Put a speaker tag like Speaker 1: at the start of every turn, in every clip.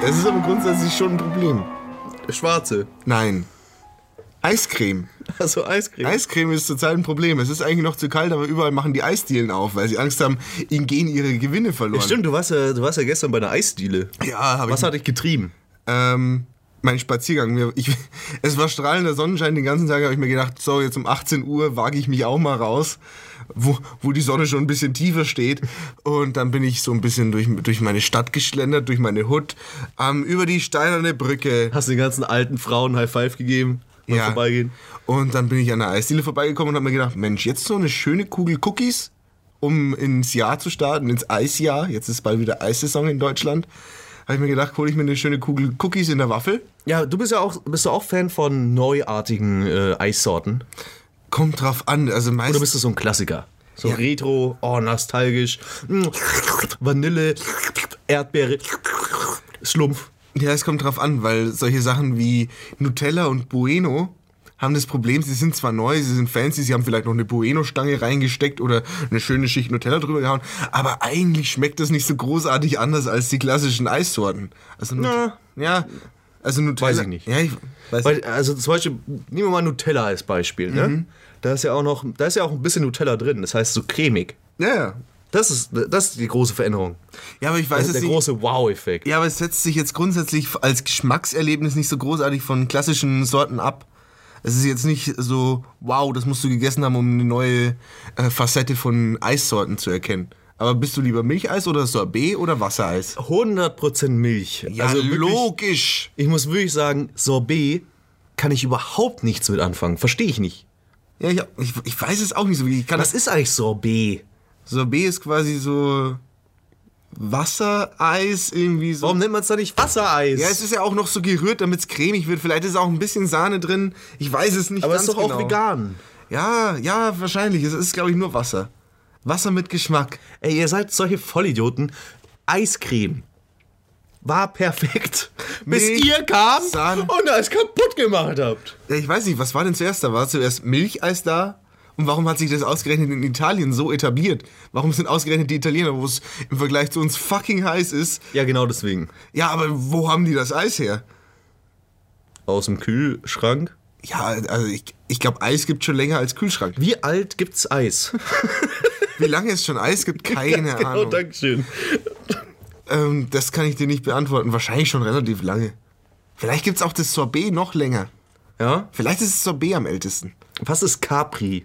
Speaker 1: Das ist aber grundsätzlich schon ein Problem.
Speaker 2: Schwarze.
Speaker 1: Nein. Eiscreme.
Speaker 2: Also Eiscreme.
Speaker 1: Eiscreme ist zurzeit ein Problem. Es ist eigentlich noch zu kalt, aber überall machen die Eisdielen auf, weil sie Angst haben, ihnen gehen ihre Gewinne verloren.
Speaker 2: Stimmt, du warst, ja, du warst ja gestern bei einer Eisdiele.
Speaker 1: Ja, habe ich.
Speaker 2: Was hat dich getrieben?
Speaker 1: Ähm, mein Spaziergang. Mir- Ich, es war strahlender Sonnenschein den ganzen Tag, habe ich mir gedacht, so, jetzt um 18 Uhr wage ich mich auch mal raus, wo, wo die Sonne schon ein bisschen tiefer steht. Und dann bin ich so ein bisschen durch, durch meine Stadt geschlendert, durch meine Hut, ähm, über die steinerne Brücke.
Speaker 2: Hast den ganzen alten Frauen High Five gegeben beim
Speaker 1: Ja.
Speaker 2: Vorbeigehen?
Speaker 1: Und dann bin ich an der Eisdiele vorbeigekommen und habe mir gedacht, Mensch, jetzt so eine schöne Kugel Cookies, um ins Jahr zu starten, ins Eisjahr. Jetzt ist bald wieder Eissaison in Deutschland. Habe ich mir gedacht, hole ich mir eine schöne Kugel Cookies in der Waffel.
Speaker 2: Ja, du bist ja auch, bist du auch Fan von neuartigen äh, Eissorten.
Speaker 1: Kommt drauf an, also
Speaker 2: Oder
Speaker 1: meistens.
Speaker 2: bist du so ein Klassiker? So retro, oh, nostalgisch, mm, Vanille, Erdbeere, Schlumpf.
Speaker 1: Ja, es kommt drauf an, weil solche Sachen wie Nutella und Bueno haben das Problem, sie sind zwar neu, sie sind fancy, sie haben vielleicht noch eine Bueno-Stange reingesteckt oder eine schöne Schicht Nutella drüber gehauen, aber eigentlich schmeckt das nicht so großartig anders als die klassischen Eissorten. Also Nut
Speaker 2: Na.
Speaker 1: ja, also Nutella.
Speaker 2: Weiß ich nicht.
Speaker 1: Ja, ich weiß
Speaker 2: Weil, also zum Beispiel, nehmen wir mal Nutella als Beispiel, ne? Da ist ja auch noch, da ist ja auch ein bisschen Nutella drin, das heißt so cremig.
Speaker 1: ja, ja.
Speaker 2: Das ist, das ist die große Veränderung.
Speaker 1: ja, aber ich weiß
Speaker 2: Das ist
Speaker 1: es
Speaker 2: Also der
Speaker 1: nicht.
Speaker 2: große Wow-Effekt.
Speaker 1: Ja, aber es setzt sich jetzt grundsätzlich als Geschmackserlebnis nicht so großartig von klassischen Sorten ab. Es ist jetzt nicht so, wow, das musst du gegessen haben, um eine neue äh, Facette von Eissorten zu erkennen. Aber bist du lieber Milcheis oder Sorbet oder Wassereis? Also
Speaker 2: 100% Milch. Also wirklich-
Speaker 1: logisch.
Speaker 2: Ich muss wirklich sagen, Sorbet kann ich überhaupt nichts mit anfangen. Verstehe ich nicht.
Speaker 1: Ja, ich, ich, ich weiß es auch nicht so. wirklich. Ich kann
Speaker 2: Was ist eigentlich Sorbet?
Speaker 1: Sorbet ist quasi so Wassereis irgendwie so.
Speaker 2: Warum nennt man es da nicht Wassereis?
Speaker 1: Ja, es ist ja auch noch so gerührt, damit es cremig wird. Vielleicht ist auch ein bisschen Sahne drin. Ich weiß es nicht
Speaker 2: aber es
Speaker 1: ganz
Speaker 2: ist doch
Speaker 1: genau.
Speaker 2: auch vegan.
Speaker 1: Ja, ja, wahrscheinlich. Es ist, glaube ich, nur Wasser. Wasser mit Geschmack.
Speaker 2: Ey, ihr seid solche Vollidioten. Eiscreme war perfekt, bis
Speaker 1: Milch,
Speaker 2: ihr kam
Speaker 1: Sahne.
Speaker 2: und das kaputt gemacht habt.
Speaker 1: Ja, Ich weiß nicht, was war denn zuerst da? War zuerst Milcheis da? Und warum hat sich das ausgerechnet in Italien so etabliert? Warum sind ausgerechnet die Italiener, wo es im Vergleich zu uns fucking heiß ist?
Speaker 2: Ja, genau deswegen.
Speaker 1: Ja, aber wo haben die das Eis her?
Speaker 2: Aus dem Kühlschrank.
Speaker 1: Ja, also ich, ich glaube, Eis gibt schon länger als Kühlschrank.
Speaker 2: Wie alt gibt's Eis?
Speaker 1: Wie lange es schon Eis gibt, keine
Speaker 2: genau,
Speaker 1: Ahnung.
Speaker 2: Dankeschön.
Speaker 1: Ähm, das kann ich dir nicht beantworten. Wahrscheinlich schon relativ lange. Vielleicht gibt es auch das Sorbet noch länger.
Speaker 2: Ja?
Speaker 1: Vielleicht ist das Sorbet am ältesten.
Speaker 2: Was ist Capri?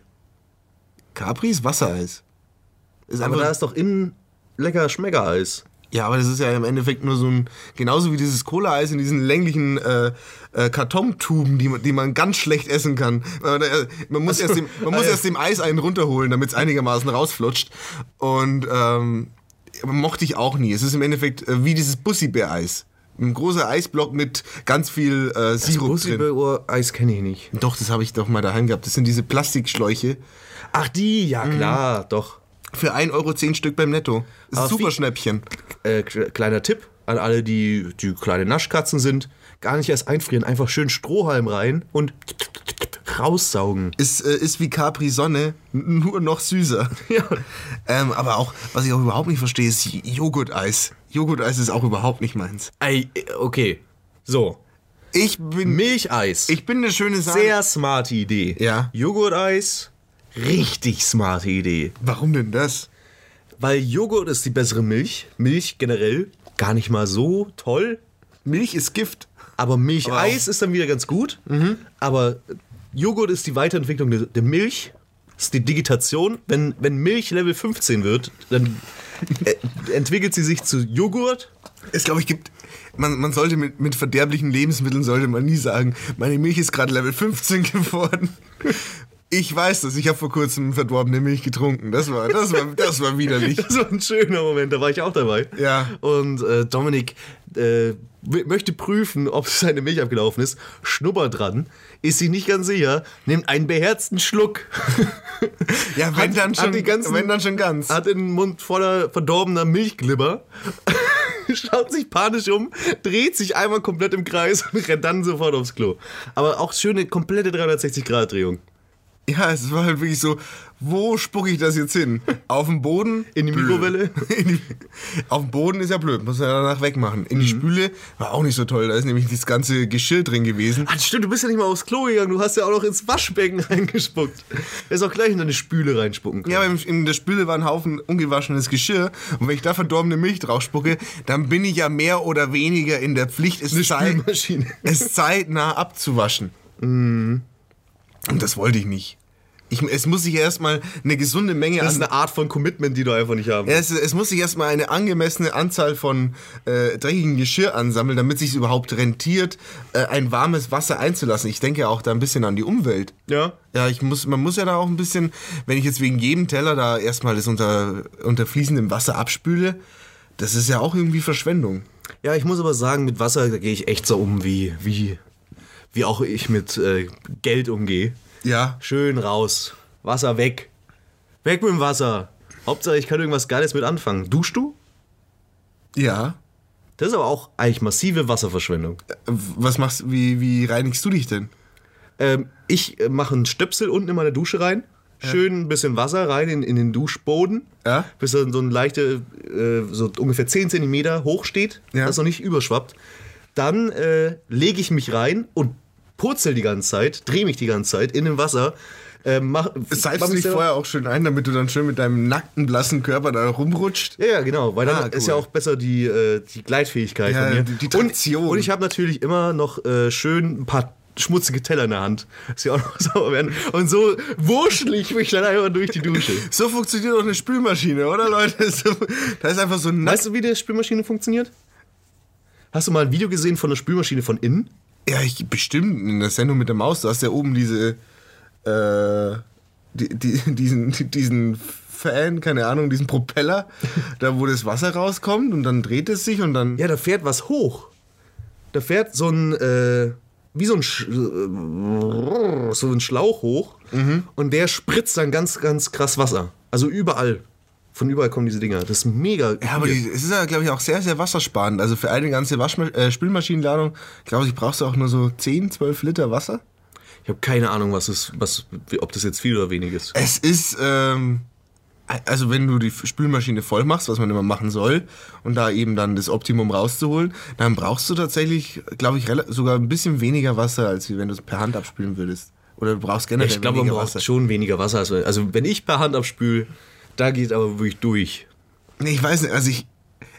Speaker 1: Capri ist Wassereis. Ist
Speaker 2: Aber da ist doch innen lecker Schmeckereis.
Speaker 1: Ja, aber das ist ja im Endeffekt nur so ein, genauso wie dieses Cola-Eis in diesen länglichen äh, äh, Kartontuben, die man, die man ganz schlecht essen kann. Weil Man, äh, man muss, erst, dem, man muss
Speaker 2: ah, ja.
Speaker 1: erst dem Eis einen runterholen, damit es einigermaßen rausflutscht. Und ähm, mochte ich auch nie. Es ist im Endeffekt äh, wie dieses Bussibär-Eis. Ein großer Eisblock mit ganz viel äh, Sirup drin.
Speaker 2: Eis kenne ich nicht.
Speaker 1: Doch, das habe ich doch mal daheim gehabt. Das sind diese Plastikschläuche.
Speaker 2: Ach die, ja klar, doch.
Speaker 1: Für 1,10 Euro Stück beim Netto. Das
Speaker 2: Aber
Speaker 1: ist
Speaker 2: wie-
Speaker 1: super Schnäppchen.
Speaker 2: Äh, k- kleiner Tipp an alle, die, die kleine Naschkatzen sind. Gar nicht erst einfrieren, einfach schön Strohhalm rein und raussaugen.
Speaker 1: ist, äh, ist wie Capri Sonne, n- nur noch süßer.
Speaker 2: Ja.
Speaker 1: Ähm, aber auch, was ich auch überhaupt nicht verstehe, ist Joghurt-Eis. Joghurt-Eis ist auch überhaupt nicht meins.
Speaker 2: Ei, äh, okay. So.
Speaker 1: Ich bin,
Speaker 2: Milcheis.
Speaker 1: ich bin eine schöne Sahne.
Speaker 2: Sehr smarte Idee.
Speaker 1: Ja.
Speaker 2: Joghurteis. Richtig smarte Idee.
Speaker 1: Warum denn das?
Speaker 2: Weil Joghurt ist die bessere Milch. Milch generell gar nicht mal so toll.
Speaker 1: Milch ist Gift.
Speaker 2: Aber Milcheis ist dann wieder ganz gut.
Speaker 1: Mhm.
Speaker 2: Aber Joghurt ist die Weiterentwicklung der, der Milch. Ist die Digitation. Wenn, wenn Milch Level 15 wird, dann äh, entwickelt sie sich zu Joghurt.
Speaker 1: Es glaube ich gibt, man, man sollte mit, mit verderblichen Lebensmitteln sollte man nie sagen, meine Milch ist gerade Level 15 geworden. Ich weiß das, ich habe vor kurzem verdorbene Milch getrunken. Das war, das war, das war widerlich.
Speaker 2: Das war ein schöner Moment, da war ich auch dabei.
Speaker 1: Ja.
Speaker 2: Und äh, Dominik äh, w- möchte prüfen, ob seine Milch abgelaufen ist. Schnuppert dran, ist sich nicht ganz sicher, nimmt einen beherzten Schluck.
Speaker 1: Ja, wenn
Speaker 2: Hat-
Speaker 1: dann
Speaker 2: hat
Speaker 1: schon,
Speaker 2: die ganzen-
Speaker 1: wenn dann schon ganz.
Speaker 2: hat den Mund voller verdorbener Milchglibber, schaut sich panisch um, dreht sich einmal komplett im Kreis und rennt dann sofort aufs Klo. Aber auch schöne komplette 360-Grad-Drehung.
Speaker 1: Ja, es war halt wirklich so, wo spucke ich das jetzt hin? Auf den Boden?
Speaker 2: In die
Speaker 1: Blöd.
Speaker 2: Mikrowelle?
Speaker 1: In die, auf dem Boden ist ja blöd, muss man ja danach wegmachen. In die
Speaker 2: Mhm.
Speaker 1: Spüle war auch nicht so toll, da ist nämlich das ganze Geschirr drin gewesen.
Speaker 2: Ach, stimmt, du bist ja nicht mal aufs Klo gegangen, du hast ja auch noch ins Waschbecken reingespuckt. Hättest auch gleich in deine Spüle reinspucken können.
Speaker 1: Ja, aber in, in der Spüle war ein Haufen ungewaschenes Geschirr und wenn ich da verdorbene Milch drauf spucke, dann bin ich ja mehr oder weniger in der Pflicht, es, zeit,
Speaker 2: Spülmaschine.
Speaker 1: es zeitnah abzuwaschen.
Speaker 2: Mhm.
Speaker 1: Und das wollte ich nicht. Ich, es muss sich erstmal eine gesunde Menge
Speaker 2: Das
Speaker 1: an
Speaker 2: ist eine Art von Commitment, die du einfach nicht haben.
Speaker 1: Ja, es, es muss sich erstmal eine angemessene Anzahl von äh, dreckigem Geschirr ansammeln, damit sich überhaupt rentiert, äh, ein warmes Wasser einzulassen. Ich denke ja auch da ein bisschen an die Umwelt.
Speaker 2: Ja.
Speaker 1: Ja, ich muss, man muss ja da auch ein bisschen, wenn ich jetzt wegen jedem Teller da erstmal das unter, unter fließendem Wasser abspüle, das ist ja auch irgendwie Verschwendung.
Speaker 2: Ja, ich muss aber sagen, mit Wasser, da gehe ich echt so um, wie, wie, wie auch ich mit äh, Geld umgehe.
Speaker 1: Ja.
Speaker 2: Schön raus. Wasser weg. Weg mit dem Wasser. Hauptsache, ich kann irgendwas Geiles mit anfangen. Duschst du?
Speaker 1: Ja.
Speaker 2: Das ist aber auch eigentlich massive Wasserverschwendung.
Speaker 1: Äh, Was machst wie, wie reinigst du dich denn?
Speaker 2: Ähm, ich äh, mache einen Stöpsel unten in meine Dusche rein. Schön ein bisschen Wasser rein in, in den Duschboden.
Speaker 1: Ja.
Speaker 2: Bis dann so ein leichte, äh, so ungefähr 10 cm hoch steht,
Speaker 1: Ja.
Speaker 2: dass noch nicht überschwappt. Dann äh, lege ich mich rein und purzel die ganze Zeit, drehe mich die ganze Zeit in dem Wasser. Äh, mach, mach
Speaker 1: Salbst du
Speaker 2: mich
Speaker 1: dich
Speaker 2: selber-
Speaker 1: vorher auch schön ein, damit du dann schön mit deinem nackten, blassen Körper da rumrutscht?
Speaker 2: Ja, ja, genau, weil dann
Speaker 1: Ah, cool.
Speaker 2: ist ja auch besser die, äh, die Gleitfähigkeit
Speaker 1: Ja,
Speaker 2: von mir.
Speaker 1: die- die Traktion.
Speaker 2: und, und ich habe natürlich immer noch äh, schön ein paar schmutzige Teller in der Hand, dass sie auch noch sauber werden. Und so wurschtel ich mich dann einfach durch die Dusche.
Speaker 1: So funktioniert doch eine Spülmaschine, oder Leute? So, da ist einfach so ein Nass.
Speaker 2: Weißt du, wie die Spülmaschine funktioniert? Hast du mal ein Video gesehen von der Spülmaschine von innen?
Speaker 1: Ja, ich bestimmt in der Sendung mit der Maus. Du hast ja oben diese, äh, die, die, diesen, diesen Fan, keine Ahnung, diesen Propeller, da wo das Wasser rauskommt und dann dreht es sich und dann.
Speaker 2: Ja, da fährt was hoch. Da fährt so ein, äh, wie so ein, Sch äh, so ein Schlauch hoch und der spritzt dann ganz, ganz krass Wasser. Also überall. Von überall kommen diese Dinger. Das ist mega.
Speaker 1: Ja, aber die, es ist ja, glaube ich, auch sehr, sehr wassersparend. Also für eine ganze Waschma äh, Spülmaschinenladung, glaube ich, brauchst du auch nur so 10, 12 Liter Wasser.
Speaker 2: ich habe keine Ahnung, was ist, was, wie- ob das jetzt viel oder wenig ist.
Speaker 1: Es ist, ähm, also wenn du die Spülmaschine voll machst, was man immer machen soll, und da eben dann das Optimum rauszuholen, dann brauchst du tatsächlich, glaube ich, rela- sogar ein bisschen weniger Wasser, als wenn du es per Hand abspülen würdest. Oder du brauchst generell
Speaker 2: Ich glaube, man
Speaker 1: weniger
Speaker 2: braucht
Speaker 1: Wasser.
Speaker 2: schon weniger Wasser. Als, also wenn ich per Hand abspüle, da geht aber wirklich durch.
Speaker 1: Nee, ich weiß nicht, also ich,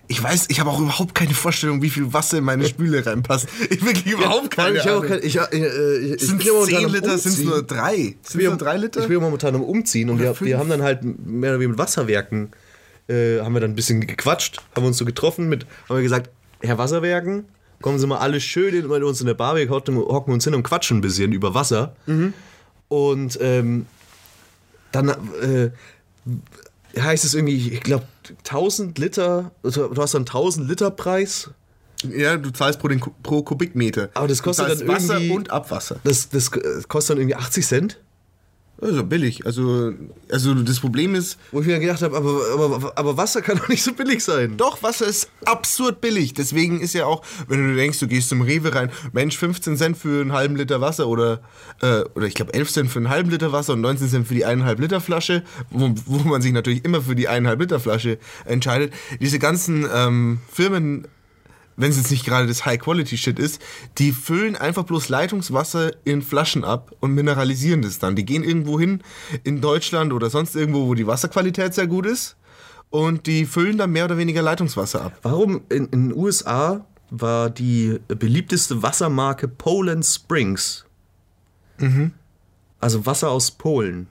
Speaker 1: ich weiß, ich habe auch überhaupt keine Vorstellung, wie viel Wasser in meine Spüle reinpasst. Ich wirklich überhaupt keine
Speaker 2: ich hab auch
Speaker 1: Ahnung.
Speaker 2: kein- ich, äh, äh, ich,
Speaker 1: Sind
Speaker 2: bin ja
Speaker 1: es
Speaker 2: momentan
Speaker 1: 10
Speaker 2: am
Speaker 1: Liter, sind es
Speaker 2: Umziehen.
Speaker 1: nur 3? Sind es nur 3 Liter?
Speaker 2: Ich bin ja momentan am Umziehen und wir, wir
Speaker 1: fünf.
Speaker 2: haben dann halt mehr oder weniger mit Wasserwerken, äh, haben wir dann ein bisschen gequatscht, haben uns so getroffen mit, haben wir gesagt, Herr Wasserwerken, kommen Sie mal alle schön in, mit uns in der Bar, wir hocken, hocken uns hin und quatschen ein bisschen über Wasser.
Speaker 1: Mhm.
Speaker 2: Und ähm, dann äh, heißt es irgendwie, ich glaube, 1000 Liter, also du hast dann 1000 Liter Preis
Speaker 1: ja, du zahlst pro, den, Ku- pro Kubikmeter.
Speaker 2: Aber das
Speaker 1: Du
Speaker 2: kostet
Speaker 1: zahlst
Speaker 2: dann
Speaker 1: Wasser
Speaker 2: irgendwie-
Speaker 1: und Abwasser.
Speaker 2: Das, das äh, kostet dann irgendwie 80 Cent.
Speaker 1: Also billig. Also, also das Problem ist,
Speaker 2: Wo ich mir dann gedacht habe, aber, aber, aber Wasser kann doch nicht so billig sein.
Speaker 1: doch, Wasser ist absurd billig. Deswegen ist ja auch, wenn du denkst, du gehst zum Rewe rein, Mensch, 15 Cent für einen halben Liter Wasser oder, äh, oder ich glaube 11 Cent für einen halben Liter Wasser und 19 Cent für die eineinhalb Liter Flasche, wo, wo man sich natürlich immer für die eineinhalb Liter Flasche entscheidet. Diese ganzen ähm, Firmen wenn es jetzt nicht gerade das High-Quality-Shit ist, die füllen einfach bloß Leitungswasser in Flaschen ab und mineralisieren das dann. Die gehen irgendwo hin in Deutschland oder sonst irgendwo, wo die Wasserqualität sehr gut ist und die füllen dann mehr oder weniger Leitungswasser ab.
Speaker 2: Warum in, in den USA war die beliebteste Wassermarke Poland Springs? Also Wasser aus Polen.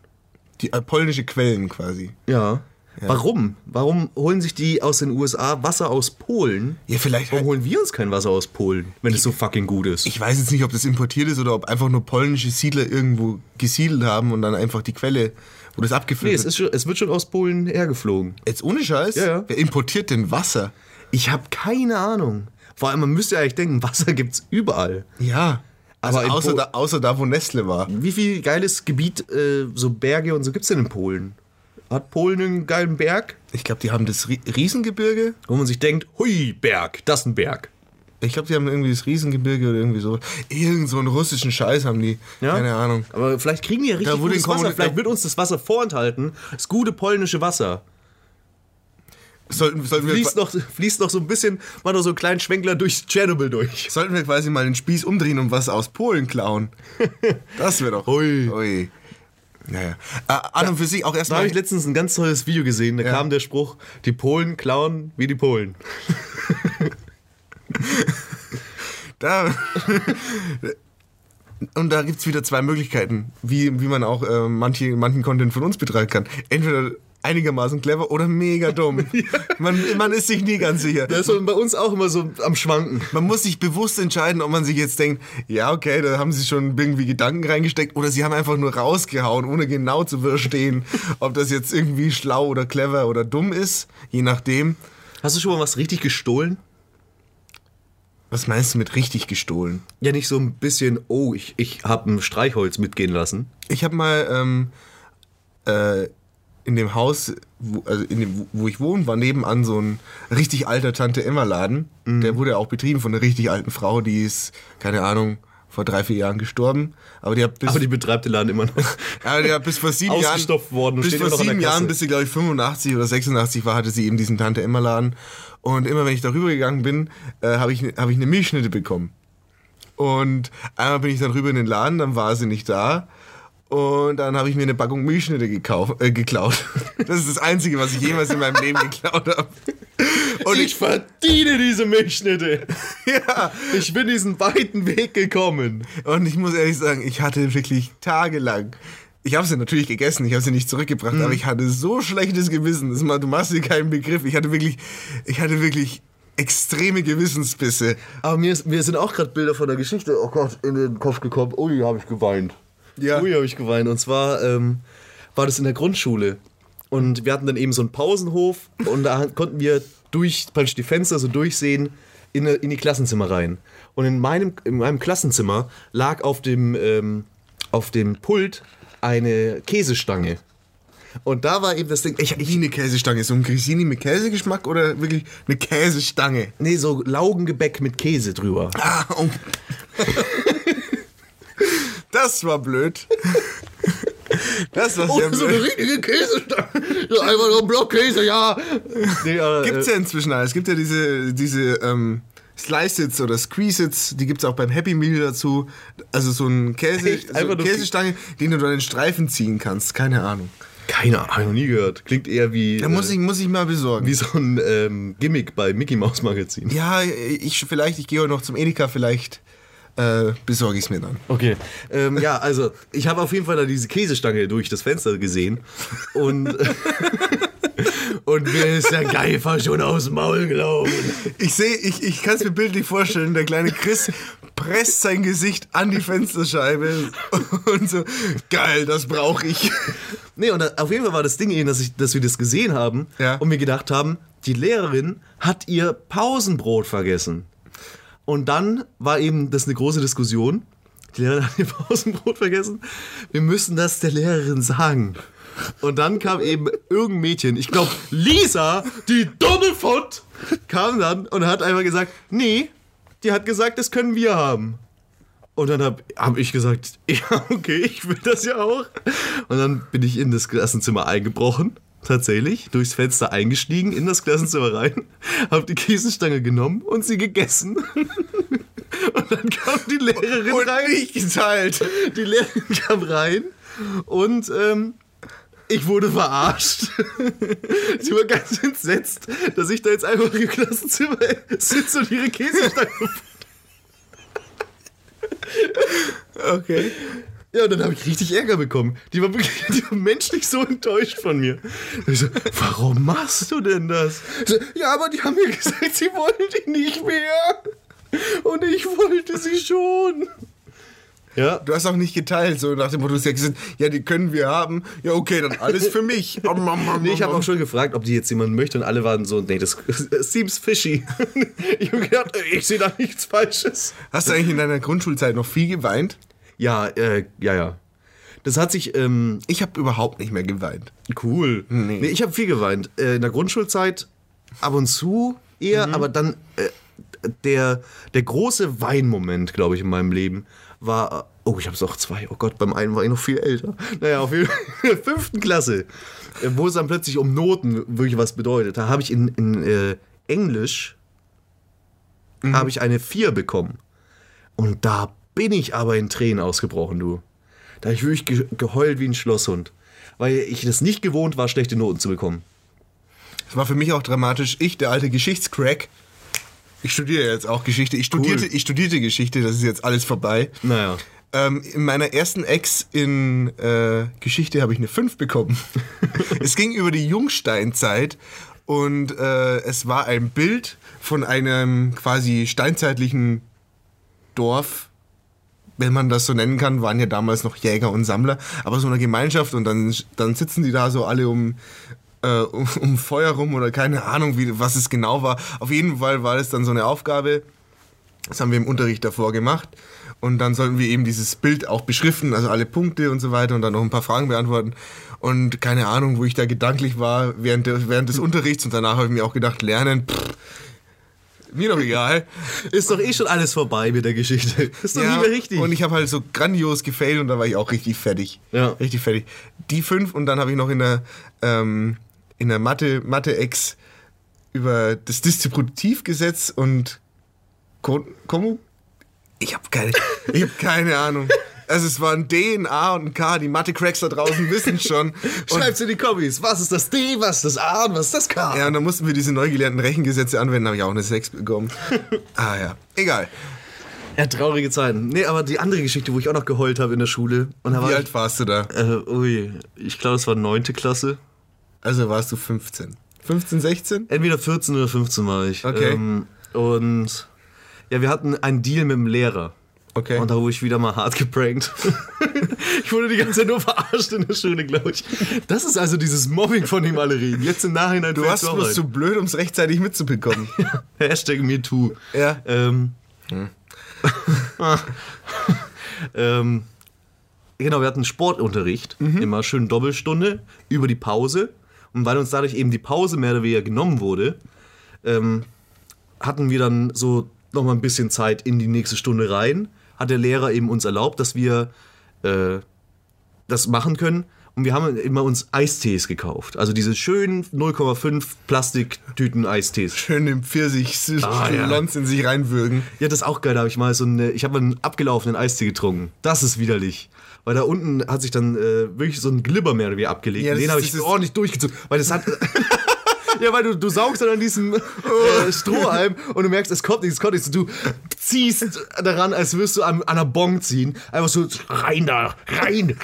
Speaker 1: Die äh, polnische Quellen quasi.
Speaker 2: Ja. Warum? Warum holen sich die aus den USA Wasser aus Polen?
Speaker 1: Ja, vielleicht. halt,
Speaker 2: Warum holen wir uns kein Wasser aus Polen, wenn es so fucking gut ist?
Speaker 1: Ich weiß jetzt nicht, ob das importiert ist oder ob einfach nur polnische Siedler irgendwo gesiedelt haben und dann einfach die Quelle, wo das abgefüllt
Speaker 2: nee,
Speaker 1: wird.
Speaker 2: es, ist schon, es wird schon aus Polen hergeflogen.
Speaker 1: Jetzt ohne Scheiß?
Speaker 2: Ja, ja.
Speaker 1: Wer importiert denn Wasser?
Speaker 2: Ich habe keine Ahnung. Vor allem, man müsste ja eigentlich denken, Wasser gibt's überall.
Speaker 1: Ja. Also
Speaker 2: Aber in
Speaker 1: außer
Speaker 2: Po-
Speaker 1: da, außer da, wo Nestle war.
Speaker 2: Wie viel geiles Gebiet, äh, so Berge und so gibt's denn in Polen? Hat Polen einen geilen Berg?
Speaker 1: Ich glaube, die haben das Rie- Riesengebirge.
Speaker 2: Wo man sich denkt, hui, Berg, das ist ein Berg.
Speaker 1: Ich glaube, die haben irgendwie das Riesengebirge oder irgendwie so. Irgend so einen russischen Scheiß haben die.
Speaker 2: Ja?
Speaker 1: Keine Ahnung.
Speaker 2: Aber vielleicht kriegen die ja richtig
Speaker 1: Da wurde
Speaker 2: gutes
Speaker 1: in Kommuni-
Speaker 2: Wasser. Vielleicht wird uns das Wasser vorenthalten. Das gute polnische Wasser.
Speaker 1: Sollten, sollten, wir,
Speaker 2: Fließt noch, fließt noch so ein bisschen, war noch so einen kleinen Schwenkler durch Tschernobyl durch.
Speaker 1: sollten wir quasi mal den Spieß umdrehen und was aus Polen klauen? Das wäre doch.
Speaker 2: Hui.
Speaker 1: Ui. Naja. Äh, an und für sich auch
Speaker 2: Da
Speaker 1: erstmal.
Speaker 2: habe ich letztens ein ganz tolles Video gesehen. Da kam der Spruch: Die Polen klauen wie die Polen.
Speaker 1: Da. Und da gibt es wieder zwei Möglichkeiten, wie, wie man auch äh, manche, manchen Content von uns betreiben kann. Entweder einigermaßen clever oder mega dumm. man, man ist sich nie ganz sicher.
Speaker 2: Da ist man bei uns auch immer so am Schwanken.
Speaker 1: Man muss sich bewusst entscheiden, ob man sich jetzt denkt, ja, okay, da haben sie schon irgendwie Gedanken reingesteckt oder sie haben einfach nur rausgehauen, ohne genau zu verstehen, ob das jetzt irgendwie schlau oder clever oder dumm ist, je nachdem.
Speaker 2: Hast du schon mal was richtig gestohlen?
Speaker 1: Was meinst du mit richtig gestohlen?
Speaker 2: Ja, nicht so ein bisschen, oh, ich, ich habe ein Streichholz mitgehen lassen.
Speaker 1: Ich habe mal ähm, äh, in dem Haus, wo, also in dem, wo ich wohne, war nebenan so ein richtig alter Tante-Emma-Laden. Der wurde auch betrieben von einer richtig alten Frau, die ist, keine Ahnung, vor drei, vier Jahren gestorben. Aber die hat bis
Speaker 2: Aber die betreibt den Laden immer noch.
Speaker 1: Ja, der bis vor sieben Jahren.
Speaker 2: Ausgestopft worden und
Speaker 1: Bis
Speaker 2: steht
Speaker 1: vor
Speaker 2: immer noch an der
Speaker 1: sieben Jahren,
Speaker 2: Kasse.
Speaker 1: bis sie, glaube ich, 85 oder 86 war, hatte sie eben diesen Tante-Emma-Laden. Und immer, wenn ich darüber gegangen bin, äh, habe ich, ne- habe ich eine Milchschnitte bekommen. Und einmal bin ich dann rüber in den Laden, dann war sie nicht da. Und dann habe ich mir eine Packung Milchschnitte gekauft, äh, geklaut. Das ist das Einzige, was ich jemals in meinem Leben geklaut habe. Und ich,
Speaker 2: verdiene diese Milchschnitte.
Speaker 1: ja,
Speaker 2: Ich bin diesen weiten Weg gekommen.
Speaker 1: Und ich muss ehrlich sagen, ich hatte wirklich tagelang. Ich habe sie natürlich gegessen, ich habe sie nicht zurückgebracht, aber ich hatte so schlechtes Gewissen. Das mal, du machst dir keinen Begriff. Ich hatte wirklich, ich hatte wirklich extreme Gewissensbisse.
Speaker 2: Aber mir, ist, mir sind auch gerade Bilder von der Geschichte, oh Gott, in den Kopf gekommen. Ui, habe ich geweint.
Speaker 1: Ja.
Speaker 2: Ui, habe ich geweint. Und zwar ähm, war das in der Grundschule. Und wir hatten dann eben so einen Pausenhof und da konnten wir durch praktisch die Fenster so durchsehen in, eine- in die Klassenzimmer rein. Und in meinem, in meinem Klassenzimmer lag auf dem, ähm, auf dem Pult eine Käsestange. Und da war eben das Ding, ich,
Speaker 1: Wie eine Käsestange, so ein Grissini mit Käsegeschmack oder wirklich eine Käsestange?
Speaker 2: nee, so Laugengebäck mit Käse drüber.
Speaker 1: Ah, oh. Das war blöd. Das war sehr blöd.
Speaker 2: Oh, richtige Käsestange. Ja, einfach nur ein Block Käse, ja. Nee, äh, aber,
Speaker 1: Gibt's ja inzwischen alles. Es gibt ja diese, diese ähm, Slice-Its oder Squeeze-Its, die gibt's auch beim Happy Meal dazu. Also so ein Käse,
Speaker 2: Echt?
Speaker 1: so
Speaker 2: Einfach
Speaker 1: eine
Speaker 2: nur-
Speaker 1: Käsestange, den du dann in Streifen ziehen kannst. Keine Ahnung.
Speaker 2: Keine Ahnung, noch nie gehört. Klingt eher wie, äh,
Speaker 1: Da muss ich, muss ich mal besorgen.
Speaker 2: wie so ein ähm, Gimmick bei Mickey Mouse Magazin.
Speaker 1: Ja, ich vielleicht, ich gehe heute noch zum Edeka, vielleicht äh, besorge ich's mir dann.
Speaker 2: Okay. Ähm, ja, also ich habe auf jeden Fall da diese Käsestange durch das Fenster gesehen und und mir ist der Geifer schon aus dem Maul gelaufen.
Speaker 1: Ich sehe, ich, ich kann es mir bildlich vorstellen, der kleine Chris presst sein Gesicht an die Fensterscheibe und so, geil, das brauche ich.
Speaker 2: Nee, und da, auf jeden Fall war das Ding eben, dass, ich, dass wir das gesehen haben
Speaker 1: Ja.
Speaker 2: und mir gedacht haben, die Lehrerin hat ihr Pausenbrot vergessen. Und dann war eben das eine große Diskussion. Die Lehrerin hat ihr Pausenbrot vergessen. Wir müssen das der Lehrerin sagen. Und dann kam eben irgendein Mädchen, ich glaube Lisa, die dumme Fott, kam dann und hat einfach gesagt, nee, die hat gesagt, das können wir haben. Und dann habe hab ich gesagt, ja, okay, ich will das ja auch. Und dann bin ich in das Klassenzimmer eingebrochen, tatsächlich, durchs Fenster eingestiegen, in das Klassenzimmer rein, habe die Käsestange genommen und sie gegessen. Und dann kam die Lehrerin
Speaker 1: Und
Speaker 2: rein.
Speaker 1: nicht geteilt.
Speaker 2: Die Lehrerin kam rein und ähm, ich wurde verarscht. Sie war ganz entsetzt, dass ich da jetzt einfach im Klassenzimmer sitze und ihre Käsestange
Speaker 1: Okay.
Speaker 2: Ja, und dann habe ich richtig Ärger bekommen. Die war wirklich die war menschlich so enttäuscht von mir. Und ich so, warum machst du denn das? Ich So, ja, aber die haben mir gesagt, sie wollen die nicht mehr. Und ich wollte sie schon. Ja.
Speaker 1: Du hast auch nicht geteilt, so nach dem Motto, du hast ja gesagt, ja, die können wir haben. Ja, okay, dann alles für mich. Om, om, om,
Speaker 2: Nee, ich habe
Speaker 1: om.
Speaker 2: auch schon gefragt, ob die jetzt jemanden möchte und alle waren so, nee, das seems fishy. Ich habe gedacht, ich sehe da nichts Falsches.
Speaker 1: Hast du eigentlich in deiner Grundschulzeit noch viel geweint?
Speaker 2: Ja, äh, ja, ja. Das hat sich, ähm,
Speaker 1: Ich habe überhaupt nicht mehr geweint.
Speaker 2: Cool.
Speaker 1: Nee.
Speaker 2: Nee, ich habe viel geweint. Äh, in der Grundschulzeit ab und zu eher, aber dann äh, der, der große Weinmoment, glaube ich, in meinem Leben war. Oh, ich habe es auch zwei. Oh Gott, beim einen war ich noch viel älter. Naja, auf jeden Fall in der fünften Klasse, äh, wo es dann plötzlich um Noten wirklich was bedeutet. Da habe ich in, in äh, Englisch habe ich eine 4 bekommen. Und da bin ich aber in Tränen ausgebrochen, du. Da habe ich wirklich ge geheult wie ein Schlosshund. Weil ich das nicht gewohnt war, schlechte Noten zu bekommen.
Speaker 1: Das war für mich auch dramatisch. Ich, der alte Geschichtscrack, ich studiere jetzt auch Geschichte. Ich studierte,
Speaker 2: Cool.
Speaker 1: ich studierte Geschichte, das ist jetzt alles vorbei.
Speaker 2: Naja.
Speaker 1: Ähm, in meiner ersten Ex in äh, Geschichte habe ich eine 5 bekommen. es ging über die Jungsteinzeit und äh, es war ein Bild von einem quasi steinzeitlichen Dorf, wenn man das so nennen kann, waren ja damals noch Jäger und Sammler, aber so eine Gemeinschaft und dann, dann sitzen die da so alle um, äh, um, um Feuer rum oder keine Ahnung, wie, was es genau war. Auf jeden Fall war es dann so eine Aufgabe, das haben wir im Unterricht davor gemacht. Und dann sollten wir eben dieses Bild auch beschriften, also alle Punkte und so weiter und dann noch ein paar Fragen beantworten. Und keine Ahnung, wo ich da gedanklich war während, der, während des Unterrichts und danach habe ich mir auch gedacht, lernen, pff, mir doch egal.
Speaker 2: Ist doch eh schon alles vorbei mit der Geschichte. Ist doch nicht mehr richtig.
Speaker 1: Und ich habe halt so grandios gefailt und da war ich auch richtig fertig.
Speaker 2: Ja.
Speaker 1: Richtig fertig. Die fünf und dann habe ich noch in der, ähm, in der Mathe, Mathe-Ex über das Distributivgesetz und Ko- Komu. Ich habe keine, ich hab keine Ahnung. Also es waren D, ein A und ein K. Die Mathe-Cracks da draußen wissen schon. Und
Speaker 2: Schreib's in die Kommis. Was ist das D, was ist das A und was ist das K?
Speaker 1: ja, und dann mussten wir diese neu gelernten Rechengesetze anwenden, habe ich auch eine 6 bekommen. ah ja, egal.
Speaker 2: Ja, traurige Zeiten. Nee, aber die andere Geschichte, wo ich auch noch geheult habe in der Schule. Und da war
Speaker 1: Wie alt warst du da?
Speaker 2: ich, äh, ui, ich glaube, es war neunte Klasse.
Speaker 1: Also warst du 15. 15, 16?
Speaker 2: Entweder 14 oder 15 war ich.
Speaker 1: Okay.
Speaker 2: Ähm, und ja, wir hatten einen Deal mit dem Lehrer.
Speaker 1: Okay.
Speaker 2: Und da wurde ich wieder mal hart geprankt. ich wurde die ganze Zeit nur verarscht in der Schule, glaube ich. Das ist also dieses Mobbing, von dem alle reden. Jetzt im Nachhinein
Speaker 1: Du warst bloß zu
Speaker 2: zu
Speaker 1: blöd, um es rechtzeitig mitzubekommen.
Speaker 2: Hashtag MeToo.
Speaker 1: Ja.
Speaker 2: Ähm, ähm, genau, wir hatten Sportunterricht. Immer schön Doppelstunde über die Pause. Und weil uns dadurch eben die Pause mehr oder weniger genommen wurde, ähm, hatten wir dann so nochmal ein bisschen Zeit in die nächste Stunde rein. Hat der Lehrer eben uns erlaubt, dass wir äh, das machen können. Und wir haben immer uns Eistees gekauft. Also diese schönen 0,5 Plastiktüten Eistees.
Speaker 1: Schön den Pfirsich
Speaker 2: Ah, ja.
Speaker 1: Lonz in sich reinwürgen.
Speaker 2: Ja, das ist auch geil. Da habe ich mal so eine, ich habe mal einen abgelaufenen Eistee getrunken. Das ist widerlich. Weil da unten hat sich dann äh, wirklich so ein Glibber mehr oder weniger abgelegt.
Speaker 1: Ja,
Speaker 2: Und
Speaker 1: das
Speaker 2: den
Speaker 1: ist-
Speaker 2: habe ich
Speaker 1: das ist-
Speaker 2: ordentlich durchgezogen. Weil das hat. ja, weil du, du saugst dann an diesem äh, Strohhalm und du merkst, es kommt nichts, es kommt nichts. Und du ziehst daran, als würdest du an, an einer Bong ziehen. Einfach so rein da, rein.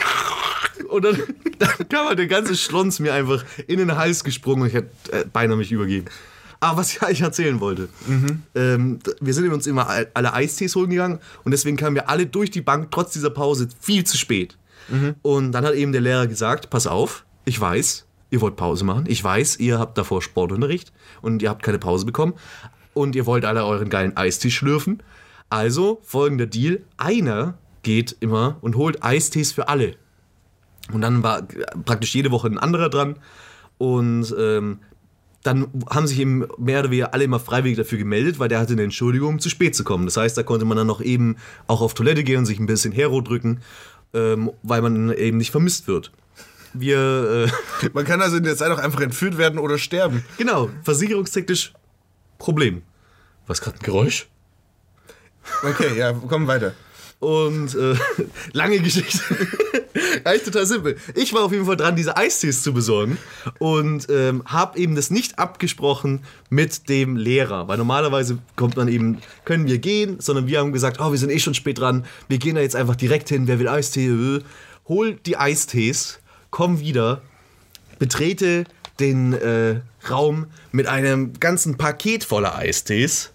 Speaker 2: Und dann, dann kam halt der ganze Schlons mir einfach in den Hals gesprungen und ich hätte äh, beinahe mich übergeben. Aber was ich eigentlich erzählen wollte, ähm, d- wir sind uns immer all- alle Eistees holen gegangen und deswegen kamen wir alle durch die Bank trotz dieser Pause viel zu spät. Und dann hat eben der Lehrer gesagt, pass auf, ich weiß, ihr wollt Pause machen, ich weiß, ihr habt davor Sportunterricht und ihr habt keine Pause bekommen und ihr wollt alle euren geilen Eistee schlürfen. Also folgender Deal, einer geht immer und holt Eistees für alle. Und dann war praktisch jede Woche ein anderer dran. Und ähm, dann haben sich eben mehr oder weniger alle immer freiwillig dafür gemeldet, weil der hatte eine Entschuldigung, um zu spät zu kommen. Das heißt, da konnte man dann noch eben auch auf Toilette gehen und sich ein bisschen Hero drücken, ähm, weil man eben nicht vermisst wird. Wir, äh,
Speaker 1: Man kann also in der Zeit auch einfach entführt werden oder sterben.
Speaker 2: genau, versicherungstechnisch Problem. Was gerade ein Geräusch?
Speaker 1: Okay, ja, komm weiter.
Speaker 2: Und äh, lange Geschichte. Eigentlich total simpel. Ich war auf jeden Fall dran, diese Eistees zu besorgen und ähm, habe eben das nicht abgesprochen mit dem Lehrer, weil normalerweise kommt man eben, können wir gehen, sondern wir haben gesagt, oh, wir sind eh schon spät dran, wir gehen da jetzt einfach direkt hin, wer will Eistee, will. hol die Eistees, komm wieder, betrete den äh, Raum mit einem ganzen Paket voller Eistees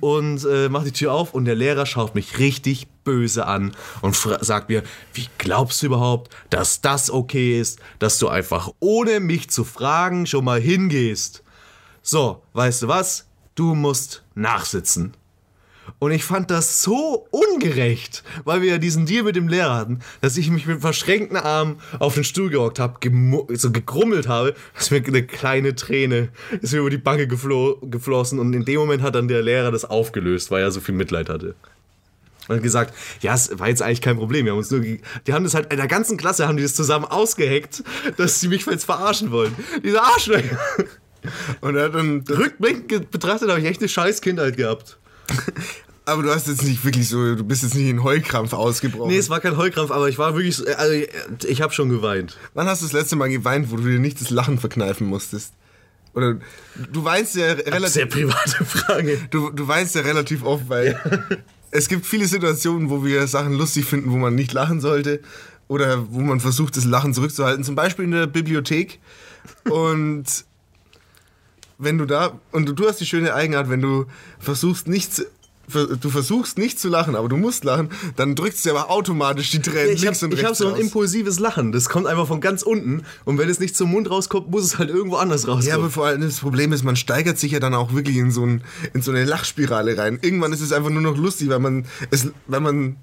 Speaker 2: und äh, macht die Tür auf und der Lehrer schaut mich richtig böse an und fra- sagt mir, wie glaubst du überhaupt, dass das okay ist, dass du einfach ohne mich zu fragen schon mal hingehst? So, weißt du was? Du musst nachsitzen. Und ich fand das so ungerecht, weil wir ja diesen Deal mit dem Lehrer hatten, dass ich mich mit verschränkten Armen auf den Stuhl gehockt habe, gemu- so gegrummelt habe, dass mir eine kleine Träne ist mir über die Backe geflo geflossen. Und in dem Moment hat dann der Lehrer das aufgelöst, weil er so viel Mitleid hatte. Und hat gesagt, ja, es war jetzt eigentlich kein Problem. Wir haben uns nur, ge- die haben das halt, in der ganzen Klasse haben die das zusammen ausgeheckt, dass sie mich jetzt verarschen wollen. Diese Arschlöcher.
Speaker 1: Und er hat dann,
Speaker 2: Rückblickend betrachtet habe ich echt eine scheiß Kindheit gehabt.
Speaker 1: aber du hast jetzt nicht wirklich so, du bist jetzt nicht in Heulkrampf ausgebrochen.
Speaker 2: Nee, es war kein Heulkrampf, aber ich war wirklich, so- also ich- ich habe schon geweint.
Speaker 1: Wann hast du das letzte Mal geweint, wo du dir nicht das Lachen verkneifen musstest? Oder du weinst ja relativ,
Speaker 2: Sehr private Frage.
Speaker 1: du, du weinst ja relativ oft, weil es gibt viele Situationen, wo wir Sachen lustig finden, wo man nicht lachen sollte oder wo man versucht, das Lachen zurückzuhalten. Zum Beispiel in der Bibliothek. Und wenn du da und du, du hast die schöne Eigenart, wenn du versuchst nicht zu, ver- du versuchst nicht zu lachen, aber du musst lachen, dann drückst du aber automatisch die Tränen
Speaker 2: Ich habe
Speaker 1: links und rechts
Speaker 2: hab so ein
Speaker 1: raus.
Speaker 2: impulsives Lachen. Das kommt einfach von ganz unten. Und wenn es nicht zum Mund rauskommt, muss es halt irgendwo anders
Speaker 1: Ja,
Speaker 2: rauskommen.
Speaker 1: aber vor allem das Problem ist, man steigert sich ja dann auch wirklich in so, ein, in so eine Lachspirale rein. Irgendwann ist es einfach nur noch lustig, weil man es, weil man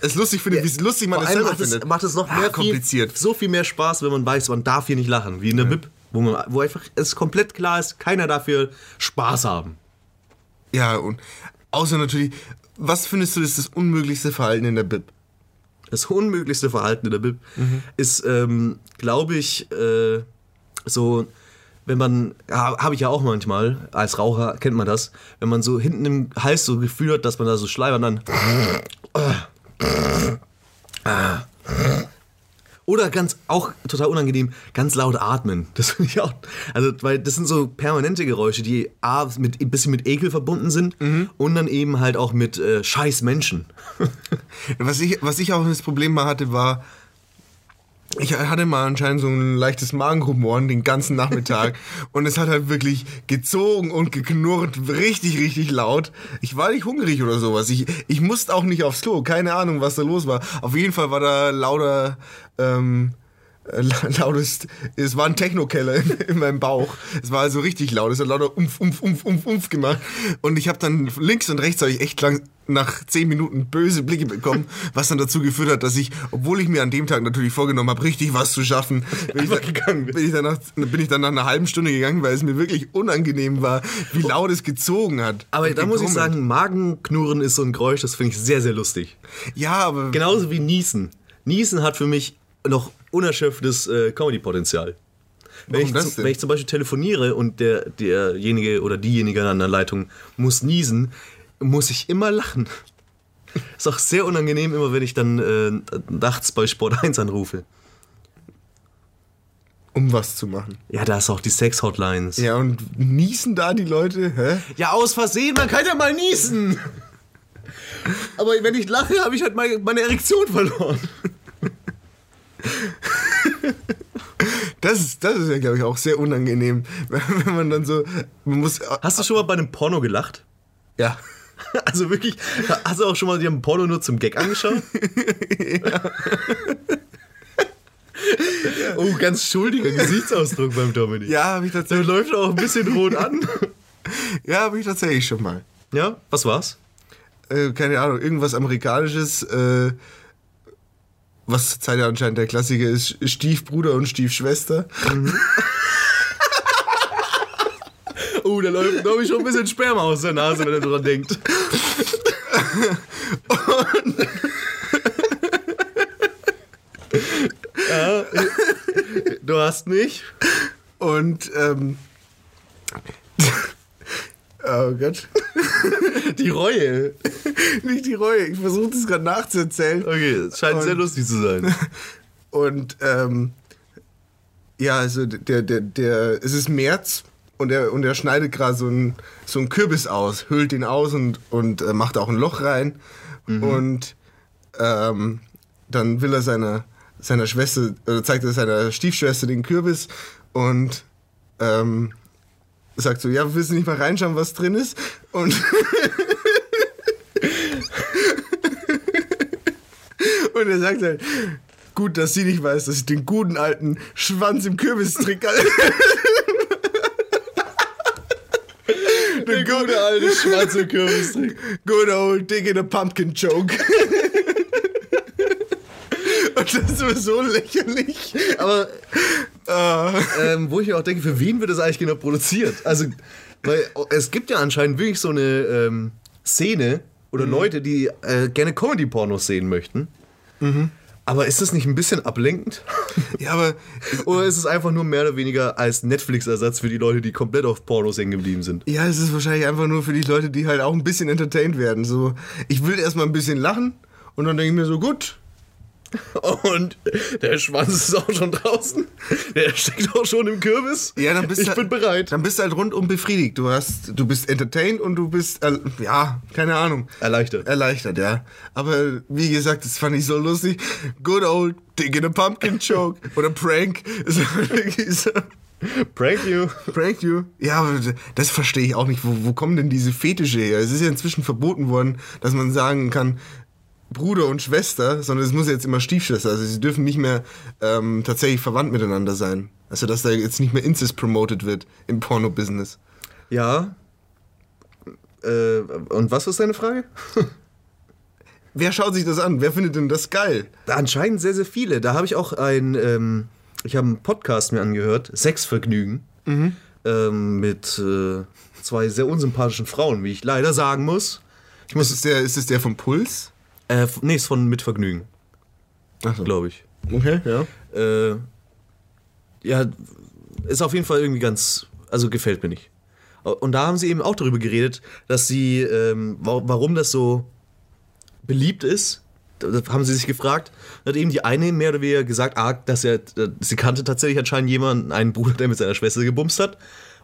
Speaker 1: es lustig findet, wie es lustig man
Speaker 2: Vor
Speaker 1: es
Speaker 2: allem
Speaker 1: selber
Speaker 2: macht es,
Speaker 1: findet.
Speaker 2: macht es noch
Speaker 1: Ah,
Speaker 2: mehr
Speaker 1: kompliziert.
Speaker 2: Viel, so viel mehr Spaß, wenn man weiß, man darf hier nicht lachen. Wie in der BIP, wo, man, wo einfach es komplett klar ist, keiner darf hier Spaß haben.
Speaker 1: Ja, und außer natürlich, was findest du ist das unmöglichste Verhalten in der Bib?
Speaker 2: das unmöglichste Verhalten in der Bib ist, ähm, glaube ich, äh, so, wenn man, ja, habe ich ja auch manchmal, als Raucher kennt man das, wenn man so hinten im Hals so Gefühl hat, dass man da so schleibert, dann. Oder ganz, auch total unangenehm, ganz laut atmen. Das finde ich auch. Also, weil das sind so permanente Geräusche, die A, mit, ein bisschen mit Ekel verbunden sind und dann eben halt auch mit äh, scheiß Menschen.
Speaker 1: Was ich, was ich auch das Problem mal hatte, war, ich hatte mal anscheinend so ein leichtes Magenrumoren den ganzen Nachmittag und es hat halt wirklich gezogen und geknurrt, richtig, richtig laut. Ich war nicht hungrig oder sowas. Ich, ich musste auch nicht aufs Klo, keine Ahnung, was da los war. Auf jeden Fall war da lauter, ähm, äh, la- lautes, es war ein Techno-Keller in, in meinem Bauch. Es war also richtig laut. Es hat lauter Umf, Umf, Umf, Umf, Umf gemacht. Und ich habe dann links und rechts habe ich echt lang nach zehn Minuten böse Blicke bekommen, was dann dazu geführt hat, dass ich, obwohl ich mir an dem Tag natürlich vorgenommen habe, richtig was zu schaffen, bin ich,
Speaker 2: Einfach
Speaker 1: dann,
Speaker 2: gegangen bist.
Speaker 1: bin, ich dann nach, bin ich dann nach einer halben Stunde gegangen, weil es mir wirklich unangenehm war, wie laut es gezogen hat.
Speaker 2: Oh. Aber
Speaker 1: Und
Speaker 2: da muss ich
Speaker 1: gegrummelt.
Speaker 2: sagen, Magenknurren ist so ein Geräusch, das finde ich sehr, sehr lustig.
Speaker 1: ja, aber
Speaker 2: Genauso wie Niesen. Niesen hat für mich noch unerschöpftes äh, Comedy-Potenzial. Wenn
Speaker 1: Warum
Speaker 2: ich,
Speaker 1: das
Speaker 2: zum-
Speaker 1: denn?
Speaker 2: wenn ich zum Beispiel telefoniere und der, derjenige oder diejenige an der Leitung muss niesen, muss ich immer lachen. Ist auch sehr unangenehm, immer wenn ich dann äh, nachts bei Sport 1 anrufe.
Speaker 1: um was zu machen.
Speaker 2: Ja, da ist auch die Sex-Hotlines.
Speaker 1: Ja, und niesen da die Leute? Hä?
Speaker 2: Ja, aus Versehen, man kann ja mal niesen. Aber wenn ich lache, habe ich halt meine, meine Erektion verloren.
Speaker 1: Das ist, das ist ja, glaube ich, auch sehr unangenehm, wenn, wenn man dann so, man muss,
Speaker 2: Hast du schon mal bei einem Porno gelacht?
Speaker 1: ja,
Speaker 2: Also wirklich, hast du auch schon mal dir ein Porno nur zum Gag angeschaut? Oh, ganz schuldiger Gesichtsausdruck beim Dominik.
Speaker 1: ja, habe ich
Speaker 2: Der
Speaker 1: tatsächlich,
Speaker 2: läuft auch ein bisschen rot an.
Speaker 1: ja, habe ich tatsächlich schon mal.
Speaker 2: Ja, was war's?
Speaker 1: Äh, keine Ahnung, irgendwas Amerikanisches, äh, was zur Zeit ja anscheinend der Klassiker ist, Stiefbruder und Stiefschwester.
Speaker 2: Oh, da läuft, glaube ich, schon ein bisschen Sperma aus der Nase, wenn er dran denkt. ja, du hast nicht.
Speaker 1: Und, ähm, oh Gott,
Speaker 2: Die Reue.
Speaker 1: nicht die Reue, ich versuche das gerade nachzuerzählen.
Speaker 2: Okay, es scheint
Speaker 1: Und-
Speaker 2: sehr lustig zu sein.
Speaker 1: Und ähm, ja, also der, der, der, es ist März und er, und er schneidet gerade so einen so einen Kürbis aus, hüllt ihn aus und, und äh, macht auch ein Loch rein. Und ähm, dann will er seiner, seiner Schwester, oder zeigt er seiner Stiefschwester den Kürbis und ähm, sagt so, ja, willst du nicht mal reinschauen, was drin ist? Und Und er sagt halt, gut, dass sie nicht weiß, dass ich den guten alten Schwanz im Kürbis trinke.
Speaker 2: Der gute alte schwarze Kürbisdrink.
Speaker 1: Good old dick in a pumpkin joke. Und das ist mir so lächerlich.
Speaker 2: Aber
Speaker 1: Äh,
Speaker 2: ähm, wo ich mir auch denke, für wen wird das eigentlich genau produziert? Also, weil es gibt ja anscheinend wirklich so eine ähm, Szene oder Leute, die äh, gerne Comedy-Pornos sehen möchten. Mhm. Aber ist das nicht ein bisschen ablenkend?
Speaker 1: ja, aber
Speaker 2: oder ist es einfach nur mehr oder weniger als Netflix-Ersatz für die Leute, die komplett auf Pornos hängen geblieben sind?
Speaker 1: ja, es ist wahrscheinlich einfach nur für die Leute, die halt auch ein bisschen entertained werden. So, ich will erstmal ein bisschen lachen und dann denke ich mir so, gut,
Speaker 2: Und der Schwanz ist auch schon draußen. Der steckt auch schon im Kürbis.
Speaker 1: Ja, dann bist
Speaker 2: ich
Speaker 1: du-
Speaker 2: bin bereit.
Speaker 1: dann bist du halt rundum befriedigt. Du hast, du bist entertained und du bist, äh, ja, keine Ahnung.
Speaker 2: Erleichtert.
Speaker 1: Erleichtert, ja. Aber wie gesagt, das fand ich so lustig. Good old dick in a pumpkin joke. Oder prank. Ist wirklich so,
Speaker 2: Prank you.
Speaker 1: prank you. Ja, aber das verstehe ich auch nicht. Wo, wo kommen denn diese Fetische her? Es ist ja inzwischen verboten worden, dass man sagen kann, Bruder und Schwester, sondern es muss jetzt immer Stiefschwester. Also sie dürfen nicht mehr ähm, tatsächlich verwandt miteinander sein. Also dass da jetzt nicht mehr Incest promoted wird im Porno-Business.
Speaker 2: Ja. Äh, und was ist deine Frage?
Speaker 1: Wer schaut sich das an? Wer findet denn das geil?
Speaker 2: Anscheinend sehr, sehr viele. Da habe ich auch ein, ähm, ich habe einen Podcast mir angehört, Sexvergnügen, ähm, mit äh, zwei sehr unsympathischen Frauen, wie ich leider sagen muss. Ich
Speaker 1: Ist
Speaker 2: muss,
Speaker 1: es der, ist es der vom Puls?
Speaker 2: äh, f- nee, ist von Mitvergnügen,
Speaker 1: Ach so.
Speaker 2: glaube ich.
Speaker 1: Okay, ja.
Speaker 2: Äh, ja, ist auf jeden Fall irgendwie ganz, also gefällt mir nicht. Und da haben sie eben auch darüber geredet, dass sie, ähm, wa- warum das so beliebt ist, da- da haben sie sich gefragt. Da hat eben die eine mehr oder weniger gesagt, ah, dass er, äh, sie kannte tatsächlich anscheinend jemanden, einen Bruder, der mit seiner Schwester gebumst hat.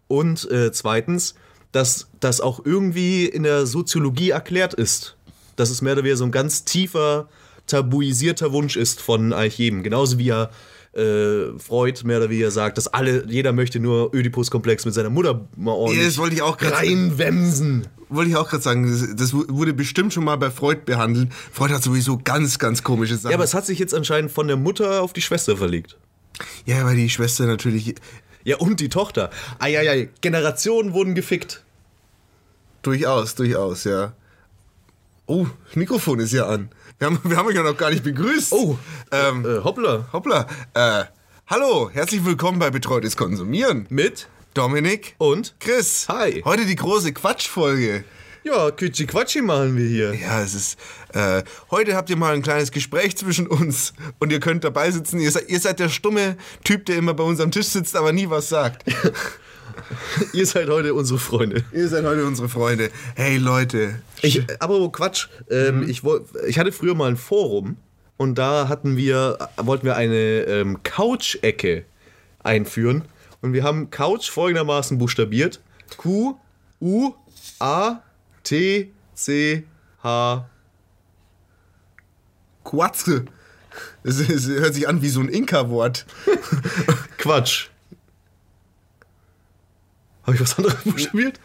Speaker 2: Und äh, zweitens, dass das auch irgendwie in der Soziologie erklärt ist. Dass es mehr oder weniger so ein ganz tiefer, tabuisierter Wunsch ist von eigentlich jedem. Genauso wie ja äh, Freud mehr oder weniger sagt, dass alle, jeder möchte nur Oedipus-Komplex mit seiner Mutter
Speaker 1: Ja,
Speaker 2: mal ordentlich
Speaker 1: das wollte ich auch gerade
Speaker 2: reinwemsen.
Speaker 1: wollte ich auch gerade sagen, das, das wu- wurde bestimmt schon mal bei Freud behandelt. Freud hat sowieso ganz, ganz komische Sachen.
Speaker 2: Ja, aber es hat sich jetzt anscheinend von der Mutter auf die Schwester verlegt.
Speaker 1: Ja, weil die Schwester natürlich
Speaker 2: Ja, und die Tochter. Eieiei, Generationen wurden gefickt.
Speaker 1: durchaus, durchaus, ja. Oh, das Mikrofon ist ja an. Wir haben, wir haben euch ja noch gar nicht begrüßt.
Speaker 2: Oh,
Speaker 1: Ähm,
Speaker 2: äh, hoppla.
Speaker 1: Hoppla. Äh, hallo, herzlich willkommen bei Betreutes Konsumieren.
Speaker 2: Mit
Speaker 1: Dominik
Speaker 2: und?
Speaker 1: Chris.
Speaker 2: Hi.
Speaker 1: Heute die große Quatschfolge.
Speaker 2: Ja, Kütschi Quatschi machen wir hier.
Speaker 1: Ja, es ist. Äh, heute habt ihr mal ein kleines Gespräch zwischen uns und ihr könnt dabei sitzen. Ihr seid, ihr seid der stumme Typ, der immer bei uns am Tisch sitzt, aber nie was sagt.
Speaker 2: Ihr seid heute unsere Freunde.
Speaker 1: ihr seid heute unsere Freunde. Hey Leute.
Speaker 2: Ich, aber Quatsch, ähm, ich, woll- ich hatte früher mal ein Forum und da hatten wir, wollten wir eine ähm, Couch-Ecke einführen und wir haben Couch folgendermaßen buchstabiert. Q, U, A, T, C, H,
Speaker 1: Quatzke. Es, es hört sich an wie so ein Inka-Wort.
Speaker 2: Quatsch. Habe ich was anderes buchstabiert?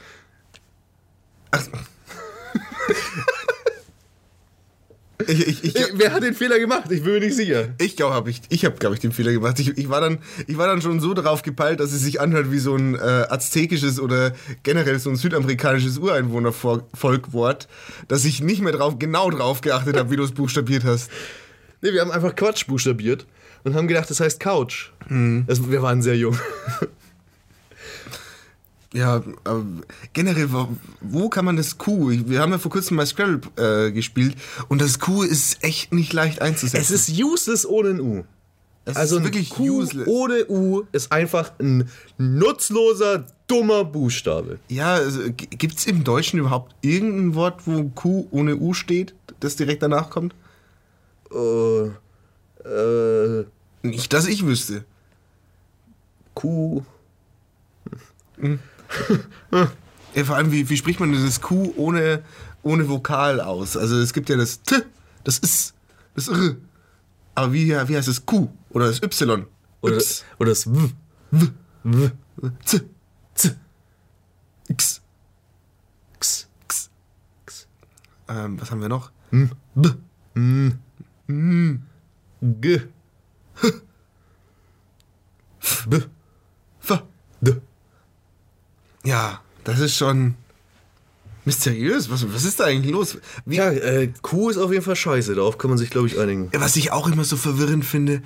Speaker 1: Ich, ich, ich,
Speaker 2: Ich, wer hat den Fehler gemacht? Ich bin mir nicht sicher.
Speaker 1: ich glaube, hab ich, ich habe, glaube ich, den Fehler gemacht. Ich, ich, war dann, ich war dann schon so darauf gepeilt, dass es sich anhört wie so ein äh, aztekisches oder generell so ein südamerikanisches Ureinwohnervolkwort, dass ich nicht mehr drauf, genau drauf geachtet habe, wie du es buchstabiert hast.
Speaker 2: Nee, wir haben einfach Quatsch buchstabiert und haben gedacht, das heißt Couch. Das, wir waren sehr jung.
Speaker 1: Ja, aber generell, wo, wo kann man das Q? Ich- Wir haben ja vor kurzem mal Scrabble äh, gespielt und das Q ist echt nicht leicht einzusetzen.
Speaker 2: Es ist useless ohne ein U.
Speaker 1: Es
Speaker 2: Also
Speaker 1: ist
Speaker 2: ein
Speaker 1: wirklich
Speaker 2: Q
Speaker 1: useless.
Speaker 2: ohne U ist einfach ein nutzloser, dummer Buchstabe.
Speaker 1: Ja, also, g- gibt's im Deutschen überhaupt irgendein Wort, wo Q ohne U steht, das direkt danach kommt?
Speaker 2: Äh, äh,
Speaker 1: Nicht, dass ich wüsste.
Speaker 2: Q.
Speaker 1: Ja, vor allem, wie, wie spricht man denn das Q ohne, ohne Vokal aus? Also es gibt ja das T, das Is, das R. Aber wie, wie heißt das Q oder das Y?
Speaker 2: Oder,
Speaker 1: Yps,
Speaker 2: oder das W.
Speaker 1: Z,
Speaker 2: Z.
Speaker 1: X.
Speaker 2: X.
Speaker 1: Ähm, was haben wir noch?
Speaker 2: B. M. G. B.
Speaker 1: F.
Speaker 2: D.
Speaker 1: Ja, das ist schon. Mysteriös? Was, was ist da eigentlich los? Wie,
Speaker 2: Ja, äh, Kuh ist auf jeden Fall scheiße. Darauf kann man sich, glaube ich, einigen.
Speaker 1: Was ich auch immer so verwirrend finde,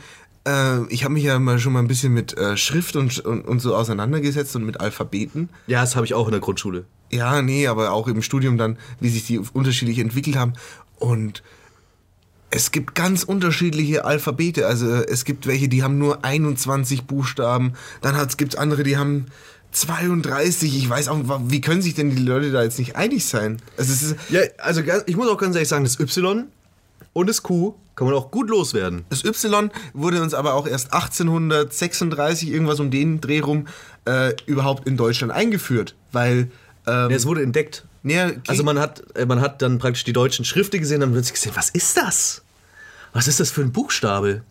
Speaker 1: äh, ich habe mich ja mal schon mal ein bisschen mit äh, Schrift und, und, und so auseinandergesetzt und mit Alphabeten.
Speaker 2: Ja, das habe ich auch in der Grundschule.
Speaker 1: Ja, nee, aber auch im Studium dann, wie sich die unterschiedlich entwickelt haben. Und es gibt ganz unterschiedliche Alphabete. Also es gibt welche, die haben nur 21 Buchstaben. Dann gibt es andere, die haben 32. Ich weiß auch, wa- wie können sich denn die Leute da jetzt nicht einig sein? Also es ist,
Speaker 2: Ja, also ganz- ich muss auch ganz ehrlich sagen, das Y und das Q kann man auch gut loswerden.
Speaker 1: Das Y wurde uns aber auch erst 1836, irgendwas um den Dreh rum, äh, überhaupt in Deutschland eingeführt. Weil, ähm,
Speaker 2: Ja, es wurde entdeckt.
Speaker 1: näher
Speaker 2: Also man hat, äh, man hat dann praktisch die deutschen Schrifte gesehen, dann plötzlich gesehen, was ist das? Was ist das für ein Buchstabe?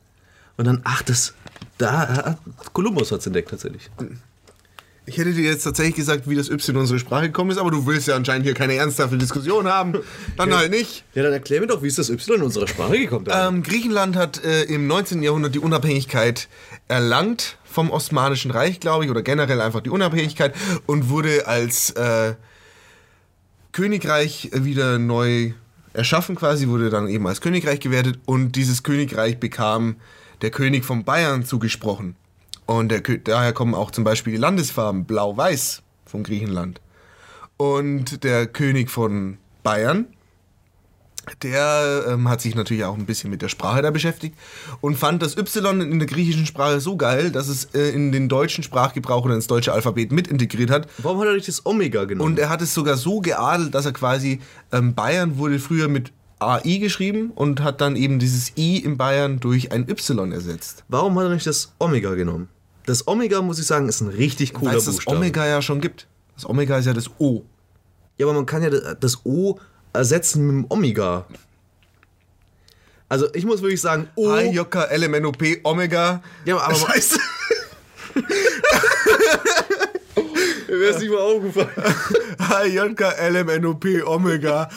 Speaker 2: Und dann, ach, das, da, äh, Kolumbus hat es entdeckt tatsächlich.
Speaker 1: Ich hätte dir jetzt tatsächlich gesagt, wie das Y in unsere Sprache gekommen ist, aber du willst ja anscheinend hier keine ernsthafte Diskussion haben. Dann halt nicht.
Speaker 2: Ja, dann erklär mir doch, wie ist das Y in unserer Sprache gekommen?
Speaker 1: Ähm, Griechenland hat äh, im 19. Jahrhundert die Unabhängigkeit erlangt vom Osmanischen Reich, glaube ich, oder generell einfach die Unabhängigkeit und wurde als äh, Königreich wieder neu erschaffen quasi, wurde dann eben als Königreich gewertet und dieses Königreich bekam der König von Bayern zugesprochen. Und der, Kö- daher kommen auch zum Beispiel die Landesfarben blau-weiß von Griechenland. Und der König von Bayern, der ähm, hat sich natürlich auch ein bisschen mit der Sprache da beschäftigt und fand das Y in der griechischen Sprache so geil, dass es äh, in den deutschen Sprachgebrauch oder ins deutsche Alphabet mit integriert hat.
Speaker 2: Warum hat er nicht das Omega genommen?
Speaker 1: Und er hat es sogar so geadelt, dass er quasi ähm, Bayern wurde früher mit AI geschrieben und hat dann eben dieses I in Bayern durch ein Y ersetzt.
Speaker 2: Warum hat er nicht das Omega genommen? Das Omega, muss ich sagen, ist ein richtig cooler
Speaker 1: Weil es das
Speaker 2: Buchstabe.
Speaker 1: Omega ja schon gibt. Das Omega ist ja das O.
Speaker 2: Ja, aber man kann ja das- das O ersetzen mit dem Omega. Also ich muss wirklich sagen, O.
Speaker 1: Hi, Jokka, LMNOP, Omega.
Speaker 2: Ja, aber-
Speaker 1: Scheiße.
Speaker 2: Wäre es nicht mal aufgefallen.
Speaker 1: Hi, Jokka, LMNOP, Omega.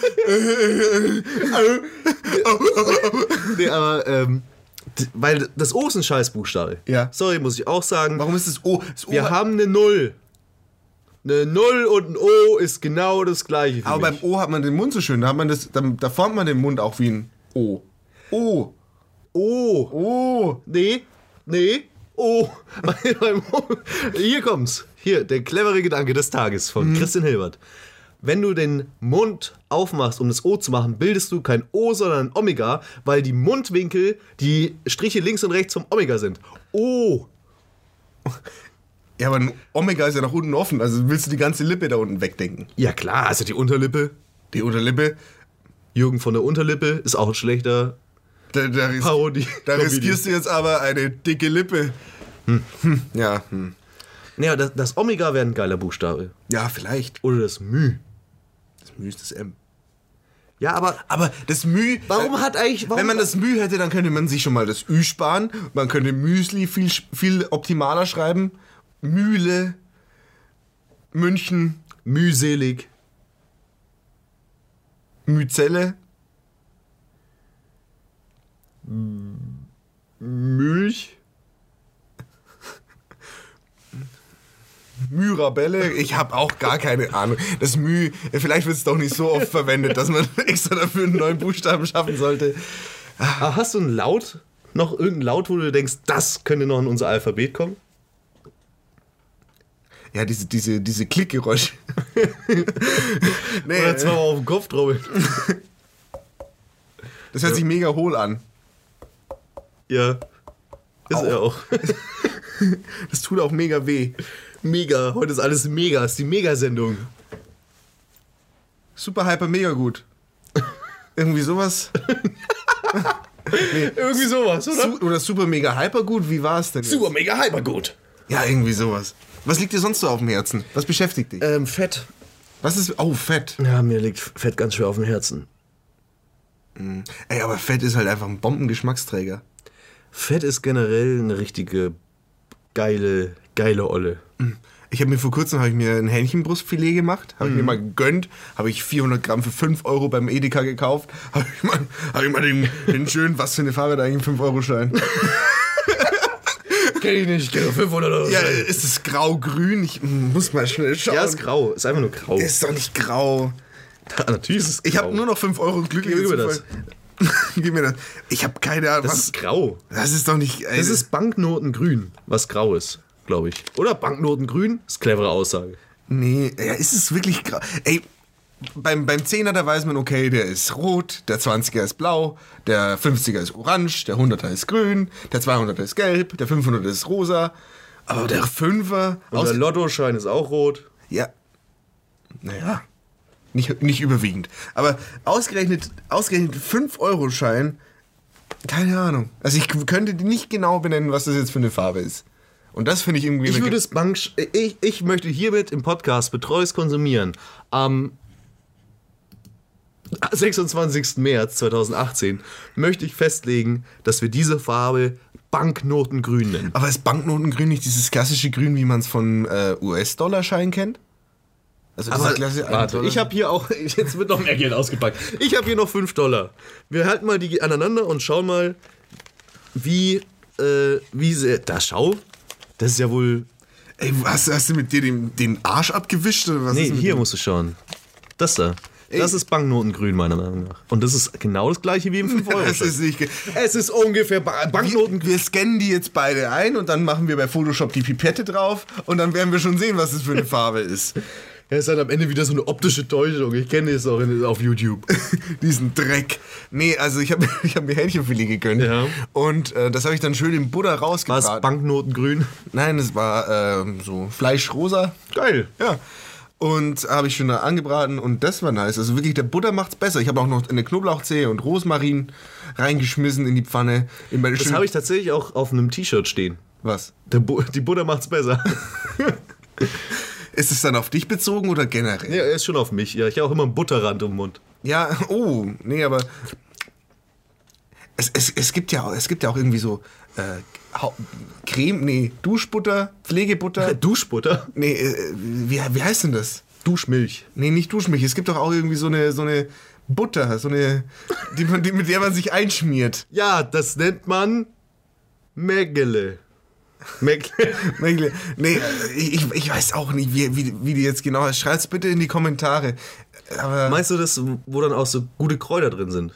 Speaker 2: nee, aber, ähm, d- weil das O ist ein Scheißbuchstabe.
Speaker 1: Ja.
Speaker 2: Sorry, muss ich auch sagen.
Speaker 1: Warum ist das O? Das o
Speaker 2: Wir haben eine Null. Eine Null und ein O ist genau das gleiche. Für
Speaker 1: aber beim
Speaker 2: mich.
Speaker 1: O hat man den Mund so schön. Da, hat man das, da, da formt man den Mund auch wie ein O. O.
Speaker 2: O.
Speaker 1: O.
Speaker 2: Nee, nee, oh. Bei meinem oh. Hier kommt's. Hier, der clevere Gedanke des Tages von Christian Hilbert. Wenn du den Mund aufmachst, um das O zu machen, bildest du kein O, sondern ein Omega, weil die Mundwinkel, die Striche links und rechts vom Omega sind. O.
Speaker 1: Ja, aber ein Omega ist ja nach unten offen. Also willst du die ganze Lippe da unten wegdenken?
Speaker 2: Ja klar, also die Unterlippe.
Speaker 1: Die Unterlippe,
Speaker 2: Jürgen von der Unterlippe ist auch ein schlechter
Speaker 1: da, da, ris
Speaker 2: Parodie.
Speaker 1: da riskierst du jetzt aber eine dicke Lippe. Hm. Hm. Ja, hm.
Speaker 2: Naja, das, das Omega wäre ein geiler Buchstabe.
Speaker 1: ja, vielleicht.
Speaker 2: Oder das Mü.
Speaker 1: Das Mühe ist das M.
Speaker 2: Ja, aber
Speaker 1: Aber das Mühe. äh,
Speaker 2: warum hat eigentlich... Warum
Speaker 1: Wenn man das Mühe hätte, dann könnte man sich schon mal das Ü sparen. Man könnte Müsli viel, sch- viel optimaler schreiben. Mühle. München.
Speaker 2: mühselig...
Speaker 1: Müzelle.
Speaker 2: Milch?
Speaker 1: Myrabelle. Ich habe auch gar keine Ahnung. Das Mü, vielleicht wird es doch nicht so oft verwendet, dass man extra dafür einen neuen Buchstaben schaffen sollte.
Speaker 2: Aber hast du einen Laut? Noch irgendeinen Laut, wo du denkst, das könnte noch in unser Alphabet kommen?
Speaker 1: Ja, diese, diese, diese Klickgeräusche. nee,
Speaker 2: Oder zweimal auf den Kopf trommeln?
Speaker 1: das hört sich mega hohl an.
Speaker 2: ja. Ist er auch.
Speaker 1: Das tut auch mega weh.
Speaker 2: Mega. Heute ist alles mega. Ist die Mega-Sendung.
Speaker 1: Super hyper mega gut. Irgendwie sowas.
Speaker 2: Irgendwie sowas,
Speaker 1: Su oder super mega hyper gut, wie war es denn? jetzt?
Speaker 2: Super mega hyper gut.
Speaker 1: Ja, irgendwie sowas. Was liegt dir sonst so auf dem Herzen? Was beschäftigt dich?
Speaker 2: Ähm, Fett.
Speaker 1: Was ist. Oh, Fett.
Speaker 2: Ja, mir liegt Fett ganz schwer auf dem Herzen.
Speaker 1: Ey, aber Fett ist halt einfach ein Bombengeschmacksträger.
Speaker 2: Fett ist generell eine richtige geile, geile Olle.
Speaker 1: Ich habe mir vor kurzem habe ich mir ein Hähnchenbrustfilet gemacht, habe ich mir mal gegönnt, habe ich 400 Gramm für 5 Euro beim Edeka gekauft, habe ich mal, hab ich mal den, den schönen, was für eine Farbe hat eigentlich ein 5 Euro Schein?
Speaker 2: Kenn ich nicht. Kenn 500 Euro.
Speaker 1: Ja, ist es grau-grün? Ich muss mal schnell schauen.
Speaker 2: ja, ist grau. Ist einfach nur grau.
Speaker 1: Ist doch nicht grau.
Speaker 2: natürlich ist es
Speaker 1: Ich habe
Speaker 2: grau.
Speaker 1: nur noch 5 Euro Glück.
Speaker 2: Gib mir das.
Speaker 1: Gib mir das. Ich habe keine Ahnung.
Speaker 2: Das
Speaker 1: was?
Speaker 2: ist grau.
Speaker 1: Das ist doch nicht. Ey,
Speaker 2: Das ist Banknotengrün, was grau ist, glaube ich. Oder Banknotengrün ist clevere Aussage.
Speaker 1: Nee, ja, ist es wirklich grau? Ey, beim, beim 10er, da weiß man, okay, der ist rot, der 20er ist blau, der 50er ist orange, der 100er ist grün, der 200er ist gelb, der 500er ist rosa. Aber der 5er.
Speaker 2: Und der Lottoschein ist auch rot.
Speaker 1: Ja. Naja. Nicht, nicht überwiegend. Aber ausgerechnet, ausgerechnet 5-Euro-Schein, keine Ahnung. Also ich könnte nicht genau benennen, was das jetzt für eine Farbe ist. Und das finde ich irgendwie.
Speaker 2: Ich würde es Bank. Ich, ich möchte hiermit im Podcast Betreues konsumieren. Am 26. März 2018 möchte ich festlegen, dass wir diese Farbe Banknotengrün nennen.
Speaker 1: aber ist Banknotengrün nicht dieses klassische Grün, wie man es von äh, US-Dollar-Schein kennt? Also
Speaker 2: Aber,
Speaker 1: klassische
Speaker 2: warte,
Speaker 1: 1-Dollar-
Speaker 2: ich habe hier auch, jetzt wird noch mehr Geld ausgepackt. Ich habe hier noch 5 Dollar. Wir halten mal die aneinander und schauen mal, wie, äh, wie sehr, da schau, das ist ja wohl,
Speaker 1: Ey, was, hast du mit dir den, den Arsch abgewischt oder was?
Speaker 2: nee,
Speaker 1: ist mit
Speaker 2: hier
Speaker 1: dem?
Speaker 2: musst du schauen. Das da, das ist Banknotengrün meiner Meinung nach. Und das ist genau das gleiche wie im 5 euro
Speaker 1: Das ist nicht. ge-
Speaker 2: Es ist ungefähr ba
Speaker 1: Wir,
Speaker 2: Banknotengrün.
Speaker 1: wir scannen die jetzt beide ein und dann machen wir bei Photoshop die Pipette drauf und dann werden wir schon sehen, was das für eine Farbe ist.
Speaker 2: Er ist halt am Ende wieder so eine optische Täuschung. Ich kenne das auch in, auf YouTube.
Speaker 1: Diesen Dreck. Nee, also ich habe ich hab mir Hähnchenfilet gegönnt.
Speaker 2: Ja.
Speaker 1: Und äh, das habe ich dann schön im Buddha
Speaker 2: Was?
Speaker 1: rausgebraten.
Speaker 2: Banknotengrün?
Speaker 1: Nein, es war ähm, so fleischrosa.
Speaker 2: Geil.
Speaker 1: Ja. Und habe ich schon da angebraten und das war nice. Also wirklich, der Butter macht's besser. Ich habe auch noch eine Knoblauchzehe und Rosmarin reingeschmissen in die Pfanne. In meine
Speaker 2: Das habe ich tatsächlich auch auf einem T-Shirt stehen.
Speaker 1: Was?
Speaker 2: Der Bu die Butter macht's besser.
Speaker 1: Ist es dann auf dich bezogen oder generell?
Speaker 2: Ja, er ist schon auf mich. Ja, ich habe auch immer einen Butterrand im Mund.
Speaker 1: Ja, oh, nee, aber es, es, es, gibt, ja, auch- es gibt ja auch irgendwie so äh, Hau- Creme, nee, Duschbutter, Pflegebutter.
Speaker 2: Äh, Duschbutter?
Speaker 1: Nee, äh, wie, wie heißt denn das?
Speaker 2: Duschmilch.
Speaker 1: Nee, nicht Duschmilch. Es gibt doch auch irgendwie so eine, so eine Butter, so eine, die, man- die, mit der man sich einschmiert.
Speaker 2: Ja, das nennt man Mägele. Mägele.
Speaker 1: Mägle. Nee, ich, ich weiß auch nicht, wie, wie, wie die jetzt genau heißt. Schreibt's bitte in die Kommentare. Aber
Speaker 2: Meinst du das, wo dann auch so gute Kräuter drin sind?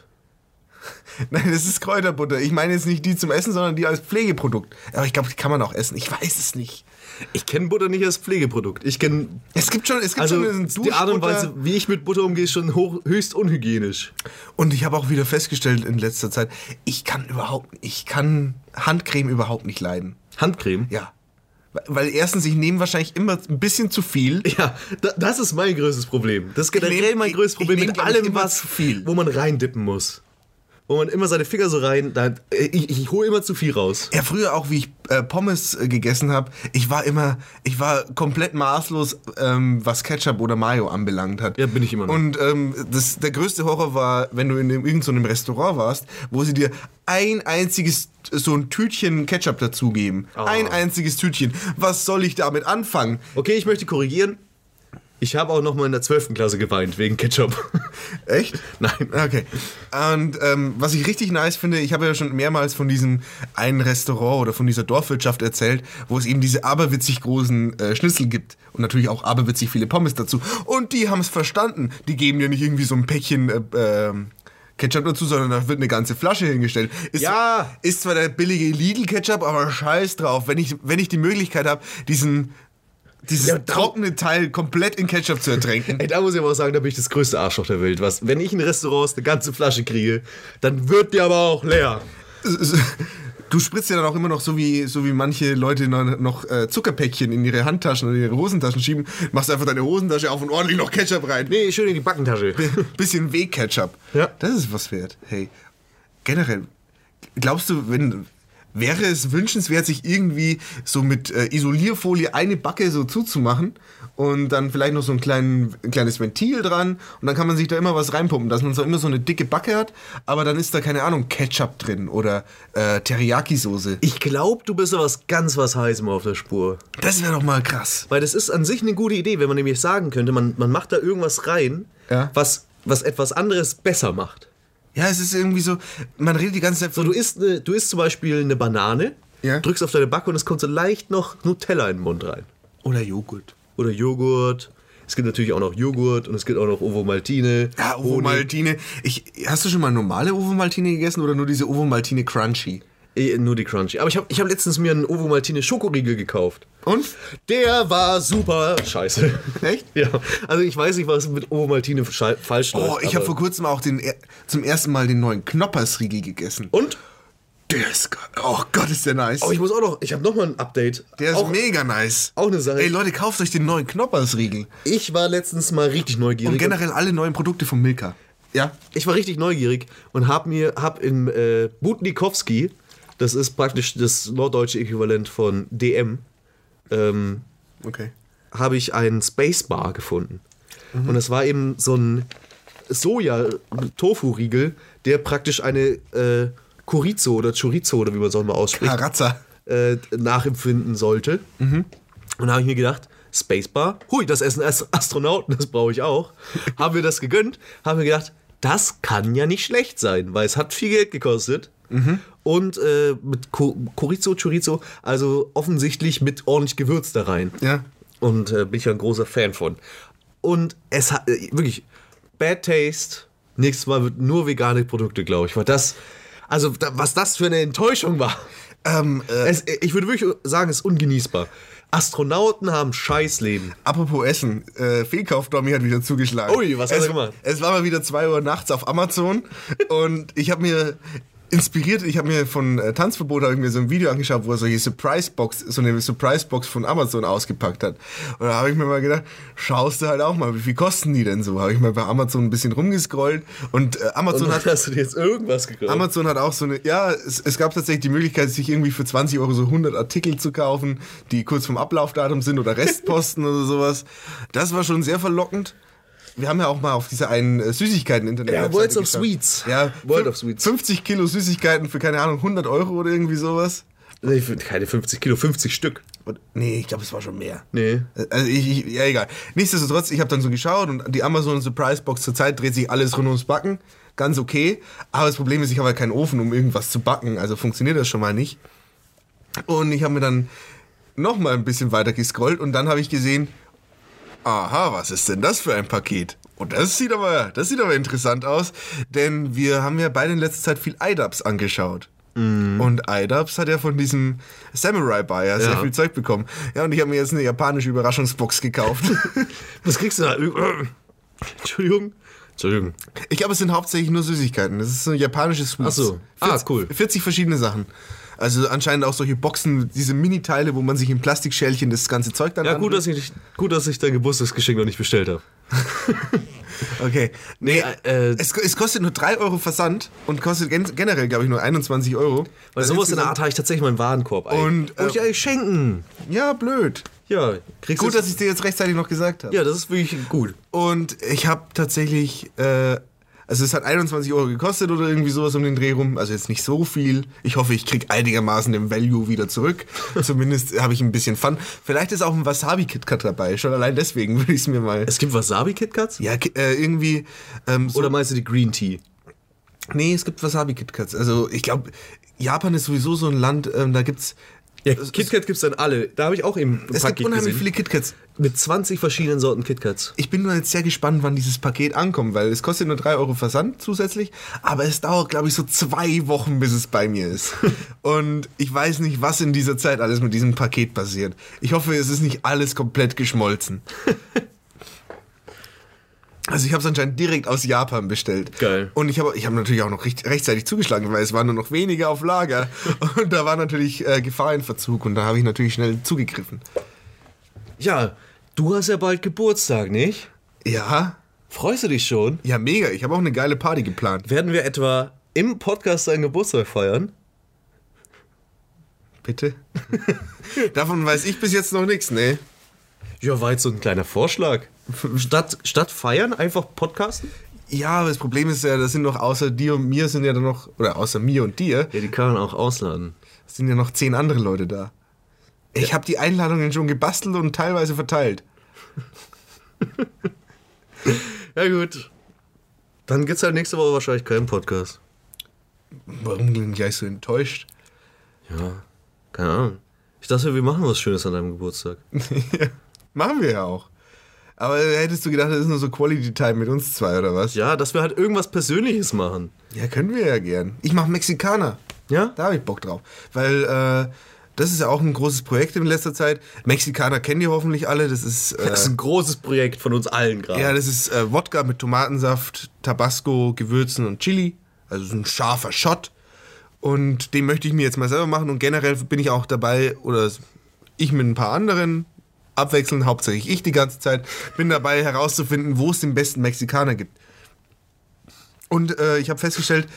Speaker 1: nein, das ist Kräuterbutter. Ich meine jetzt nicht die zum Essen, sondern die als Pflegeprodukt. Aber ich glaube, die kann man auch essen. Ich weiß es nicht.
Speaker 2: Ich kenne Butter nicht als Pflegeprodukt. Ich kenne.
Speaker 1: Es gibt schon, es gibt
Speaker 2: Also,
Speaker 1: schon einen
Speaker 2: die Art und
Speaker 1: Duschbutter.
Speaker 2: Weise, wie ich mit Butter umgehe, ist schon hoch, höchst unhygienisch.
Speaker 1: Und ich habe auch wieder festgestellt in letzter Zeit, ich kann überhaupt, ich kann Handcreme überhaupt nicht leiden.
Speaker 2: Handcreme?
Speaker 1: Ja. Weil- Weil erstens, ich nehme wahrscheinlich immer ein bisschen zu viel.
Speaker 2: Ja, da, das ist mein größtes Problem. Das ist generell
Speaker 1: nehm-
Speaker 2: mein
Speaker 1: ich-
Speaker 2: größtes
Speaker 1: ich
Speaker 2: Problem
Speaker 1: nehm,
Speaker 2: mit
Speaker 1: glaub ich,
Speaker 2: allem,
Speaker 1: immer
Speaker 2: was
Speaker 1: zu viel.
Speaker 2: wo man reindippen muss. Wo man immer seine Finger so rein, da, äh, ich, ich hole immer zu viel raus.
Speaker 1: Ja, früher auch, wie ich äh, Pommes äh, gegessen habe, ich war immer, ich war komplett maßlos, ähm, was Ketchup oder Mayo anbelangt hat.
Speaker 2: Ja, bin ich immer noch.
Speaker 1: Und ähm, das, der größte Horror war, wenn du in dem- irgend so einem Restaurant warst, wo sie dir ein einziges, äh, so ein Tütchen Ketchup dazugeben.
Speaker 2: Ah.
Speaker 1: Ein einziges Tütchen. Was soll ich damit anfangen?
Speaker 2: Okay, ich möchte korrigieren. Ich habe auch noch mal in der 12. Klasse geweint wegen Ketchup.
Speaker 1: Echt?
Speaker 2: Nein.
Speaker 1: Okay. Und ähm, was ich richtig nice finde, ich habe ja schon mehrmals von diesem einen Restaurant oder von dieser Dorfwirtschaft erzählt, wo es eben diese aberwitzig großen äh, Schnitzel gibt und natürlich auch aberwitzig viele Pommes dazu. Und die haben es verstanden. Die geben dir nicht irgendwie so ein Päckchen äh, ähm, Ketchup dazu, sondern da wird eine ganze Flasche hingestellt. Ist,
Speaker 2: Ja.
Speaker 1: Ist zwar der billige Lidl-Ketchup, aber scheiß drauf. Wenn ich, wenn ich die Möglichkeit habe, diesen dieses
Speaker 2: Ja, da-
Speaker 1: trockene Teil komplett in Ketchup zu ertränken.
Speaker 2: Ey, da muss ich aber auch sagen, da bin ich das größte Arschloch der Welt. Was, wenn ich in Restaurants eine ganze Flasche kriege, dann wird die aber auch leer.
Speaker 1: Du spritzt ja dann auch immer noch so wie, so wie manche Leute noch, noch äh, Zuckerpäckchen in ihre Handtaschen oder in ihre Hosentaschen schieben. Machst einfach deine Hosentasche auf und ordentlich noch Ketchup rein.
Speaker 2: Nee, schön in die Backentasche.
Speaker 1: Bisschen Weg-Ketchup.
Speaker 2: Ja.
Speaker 1: Das ist was wert. Hey, generell, glaubst du, wenn, wäre es wünschenswert, sich irgendwie so mit äh, Isolierfolie eine Backe so zuzumachen und dann vielleicht noch so ein, kleinen, ein kleines Ventil dran und dann kann man sich da immer was reinpumpen, dass man so immer so eine dicke Backe hat, aber dann ist da, keine Ahnung, Ketchup drin oder äh, Teriyaki-Soße.
Speaker 2: Ich glaube, du bist aber was ganz was Heißem auf der Spur.
Speaker 1: Das wäre doch mal krass.
Speaker 2: Weil das ist an sich eine gute Idee, wenn man nämlich sagen könnte, man, man macht da irgendwas rein,
Speaker 1: Ja.
Speaker 2: was, was etwas anderes besser macht.
Speaker 1: Ja, es ist irgendwie so, man redet die ganze Zeit
Speaker 2: So,
Speaker 1: von.
Speaker 2: du isst, eine, du isst zum Beispiel eine Banane,
Speaker 1: Ja.
Speaker 2: drückst auf deine Backe und es kommt so leicht noch Nutella in den Mund rein.
Speaker 1: Oder Joghurt.
Speaker 2: Oder Joghurt. Es Es gibt natürlich auch noch Joghurt und es gibt auch noch Ovomaltine.
Speaker 1: Ja, Ovomaltine. Ich, hast du schon mal normale Ovomaltine gegessen oder nur diese Ovomaltine Crunchy?
Speaker 2: Eh, Nur die Crunchy. Aber ich habe ich hab letztens mir einen Ovomaltine Schokoriegel gekauft.
Speaker 1: Und?
Speaker 2: Der war super scheiße.
Speaker 1: Echt?
Speaker 2: Ja. Also ich weiß nicht, was mit Ovomaltine schei- falsch läuft.
Speaker 1: Oh, ich habe
Speaker 2: aber-
Speaker 1: vor kurzem auch den, er- zum ersten Mal den neuen Knoppersriegel gegessen.
Speaker 2: Und?
Speaker 1: Der ist, ge- oh Gott, ist der nice.
Speaker 2: Oh, ich muss auch noch. Ich habe noch mal ein Update.
Speaker 1: der ist
Speaker 2: auch,
Speaker 1: mega nice.
Speaker 2: auch eine Sache.
Speaker 1: Ey Leute, kauft euch den neuen Knoppersriegel.
Speaker 2: ich war letztens mal richtig neugierig.
Speaker 1: Und generell alle neuen Produkte von Milka. Ja?
Speaker 2: ich war richtig neugierig und hab mir hab im äh, Butnikowski, das ist praktisch das norddeutsche Äquivalent von DM, ähm,
Speaker 1: Okay.
Speaker 2: habe ich einen Spacebar gefunden.
Speaker 1: Mhm.
Speaker 2: Und das war eben so ein Soja-Tofu-Riegel, der praktisch eine äh, Chorizo oder Chorizo oder wie man es auch mal ausspricht,
Speaker 1: Karazza.
Speaker 2: äh, nachempfinden sollte. Und da habe ich mir gedacht, Spacebar, hui, das essen Ast- Astronauten, das brauche ich auch. haben wir das gegönnt, haben wir gedacht, das kann ja nicht schlecht sein, weil es hat viel Geld gekostet. Und äh, mit Co- Chorizo, Chorizo, also offensichtlich mit ordentlich Gewürz da rein.
Speaker 1: Ja.
Speaker 2: Und äh, bin ich ja ein großer Fan von. Und es hat äh, wirklich Bad Taste. Nächstes Mal wird nur vegane Produkte, glaube ich. Weil das, also da, was das für eine Enttäuschung war.
Speaker 1: Ähm, äh,
Speaker 2: Es, ich würde wirklich sagen, es ist ungenießbar. Astronauten haben Scheißleben.
Speaker 1: Apropos Essen, äh, Fehlkauf-Dommy hat wieder zugeschlagen.
Speaker 2: Ui, was hat
Speaker 1: es,
Speaker 2: er gemacht?
Speaker 1: Es war mal wieder 2 Uhr nachts auf Amazon und ich habe mir inspiriert, ich habe mir von äh, Tanzverbot hab ich mir so ein Video angeschaut, wo er solche Surprise-Box, so eine Surprise-Box von Amazon ausgepackt hat. Und da habe ich mir mal gedacht, schaust du halt auch mal, wie viel kosten die denn so? Habe ich mal bei Amazon ein bisschen rumgescrollt und äh, Amazon hat
Speaker 2: hast du dir jetzt irgendwas gekauft?
Speaker 1: Amazon hat auch so eine, ja, es, es gab tatsächlich die Möglichkeit, sich irgendwie für 20 Euro so 100 Artikel zu kaufen, die kurz vom Ablaufdatum sind oder Restposten oder sowas. Das war schon sehr verlockend. Wir haben ja auch mal auf dieser einen äh, Süßigkeiten-Internet.
Speaker 2: Ja, Worlds of Sweets.
Speaker 1: Ja,
Speaker 2: World
Speaker 1: fün-
Speaker 2: of Sweets.
Speaker 1: 50 Kilo Süßigkeiten für, keine Ahnung, 100 Euro oder irgendwie sowas.
Speaker 2: Nee, ich finde keine 50 Kilo, 50 Stück.
Speaker 1: Und, nee, ich glaube, es war schon mehr.
Speaker 2: Nee.
Speaker 1: Also ich, ich, ja, egal. Nichtsdestotrotz, ich habe dann so geschaut und die Amazon Surprise Box zurzeit dreht sich alles rund ums Backen. Ganz okay. Aber das Problem ist, ich habe halt keinen Ofen, um irgendwas zu backen. Also funktioniert das schon mal nicht. Und ich habe mir dann noch mal ein bisschen weiter gescrollt und dann habe ich gesehen, aha, was ist denn das für ein Paket? Und das sieht aber, das sieht aber interessant aus, denn wir haben ja beide in letzter Zeit viel IDAPS angeschaut.
Speaker 2: Mhm.
Speaker 1: Und IDAPS hat ja von diesem Samurai Buyer sehr
Speaker 2: Ja.
Speaker 1: viel Zeug bekommen. Ja, und ich habe mir jetzt eine japanische Überraschungsbox gekauft.
Speaker 2: Was kriegst du da? Entschuldigung. Entschuldigung.
Speaker 1: ich glaube, es sind hauptsächlich nur Süßigkeiten. Das ist so ein japanisches Sweet.
Speaker 2: Ach so. Ah, cool.
Speaker 1: 40 verschiedene Sachen. Also anscheinend auch solche Boxen, diese Miniteile, wo man sich in Plastikschälchen das ganze Zeug dann
Speaker 2: Ja, gut, dass ich, gut, dass ich dein Geburtstagsgeschenk noch nicht bestellt habe.
Speaker 1: Okay. Nee,
Speaker 2: äh, äh,
Speaker 1: es, es kostet nur 3 Euro Versand und kostet gen generell, glaube ich, nur 21 Euro.
Speaker 2: Weil
Speaker 1: Also
Speaker 2: sowas in der Art
Speaker 1: insgesamt-
Speaker 2: habe ich tatsächlich meinen Warenkorb eigentlich.
Speaker 1: Und,
Speaker 2: Muss ich
Speaker 1: äh,
Speaker 2: eigentlich schenken.
Speaker 1: Ja, blöd.
Speaker 2: ähm, Ja, kriegst
Speaker 1: Gut,
Speaker 2: du.
Speaker 1: dass ich dir jetzt rechtzeitig noch gesagt habe.
Speaker 2: Ja, das ist wirklich gut.
Speaker 1: Und ich habe tatsächlich, äh, also es hat 21 Euro gekostet oder irgendwie sowas um den Dreh rum. Also jetzt nicht so viel. Ich hoffe, ich krieg einigermaßen den Value wieder zurück. Zumindest habe ich ein bisschen Fun. Vielleicht ist auch ein Wasabi-KitKat dabei. Schon allein deswegen würde ich es mir mal.
Speaker 2: Es gibt Wasabi-KitKats?
Speaker 1: Ja, ki- äh, irgendwie. Ähm, so
Speaker 2: Oder meinst du die Green Tea?
Speaker 1: Nee, es gibt Wasabi-KitKats. Also ich glaube, Japan ist sowieso so ein Land, ähm, da gibt's.
Speaker 2: Ja, KitKat gibt's dann alle. Da habe ich auch eben ein
Speaker 1: Es gibt
Speaker 2: Paket
Speaker 1: unheimlich
Speaker 2: gesehen.
Speaker 1: viele KitKats.
Speaker 2: Mit 20 verschiedenen Sorten KitKats.
Speaker 1: Ich bin nur jetzt sehr gespannt, wann dieses Paket ankommt, weil es kostet nur 3 Euro Versand zusätzlich, aber es dauert, glaube ich, so zwei Wochen, bis es bei mir ist. Und ich weiß nicht, was in dieser Zeit alles mit diesem Paket passiert. Ich hoffe, es ist nicht alles komplett geschmolzen. Also ich habe es anscheinend direkt aus Japan bestellt.
Speaker 2: Geil.
Speaker 1: Und ich habe ich habe natürlich auch noch recht, rechtzeitig zugeschlagen, weil es waren nur noch wenige auf Lager. Und da war natürlich äh, Gefahr in Verzug und da habe ich natürlich schnell zugegriffen.
Speaker 2: Ja, du hast ja bald Geburtstag, nicht?
Speaker 1: Ja,
Speaker 2: Freust du dich schon?
Speaker 1: ja, mega. Ich habe auch eine geile Party geplant.
Speaker 2: Werden wir etwa im Podcast deinen Geburtstag feiern?
Speaker 1: Bitte? Davon weiß ich bis jetzt noch nichts, ne?
Speaker 2: Ja, war jetzt so ein kleiner Vorschlag. Statt, statt feiern einfach podcasten?
Speaker 1: Ja, aber das Problem ist ja, das sind noch außer dir und mir sind ja dann noch, oder außer mir und dir,
Speaker 2: Ja, die kann man auch ausladen.
Speaker 1: sind ja noch zehn andere Leute da. Ich habe die Einladungen schon gebastelt und teilweise verteilt.
Speaker 2: Ja, gut. Dann gibt's halt nächste Woche wahrscheinlich keinen Podcast.
Speaker 1: Warum bin ich gleich so enttäuscht?
Speaker 2: Ja, keine Ahnung. Ich dachte, wir machen was Schönes an deinem Geburtstag.
Speaker 1: Machen wir ja auch. Aber hättest du gedacht, das ist nur so Quality Time mit uns zwei oder was?
Speaker 2: Ja, dass wir halt irgendwas Persönliches machen.
Speaker 1: Ja, können wir ja gern. Ich mache Mexikaner.
Speaker 2: Ja?
Speaker 1: Da habe ich Bock drauf. Weil äh, das ist ja auch ein großes Projekt in letzter Zeit. Mexikaner kennen die hoffentlich alle. Das ist. Äh,
Speaker 2: Das ist ein großes Projekt von uns allen gerade.
Speaker 1: ja, das ist äh, Wodka mit Tomatensaft, Tabasco, Gewürzen und Chili. Also so ein scharfer Shot. Und den möchte ich mir jetzt mal selber machen. Und generell bin ich auch dabei, oder ich mit ein paar anderen, abwechselnd, hauptsächlich ich die ganze Zeit, bin dabei herauszufinden, wo es den besten Mexikaner gibt. Und äh, ich habe festgestellt,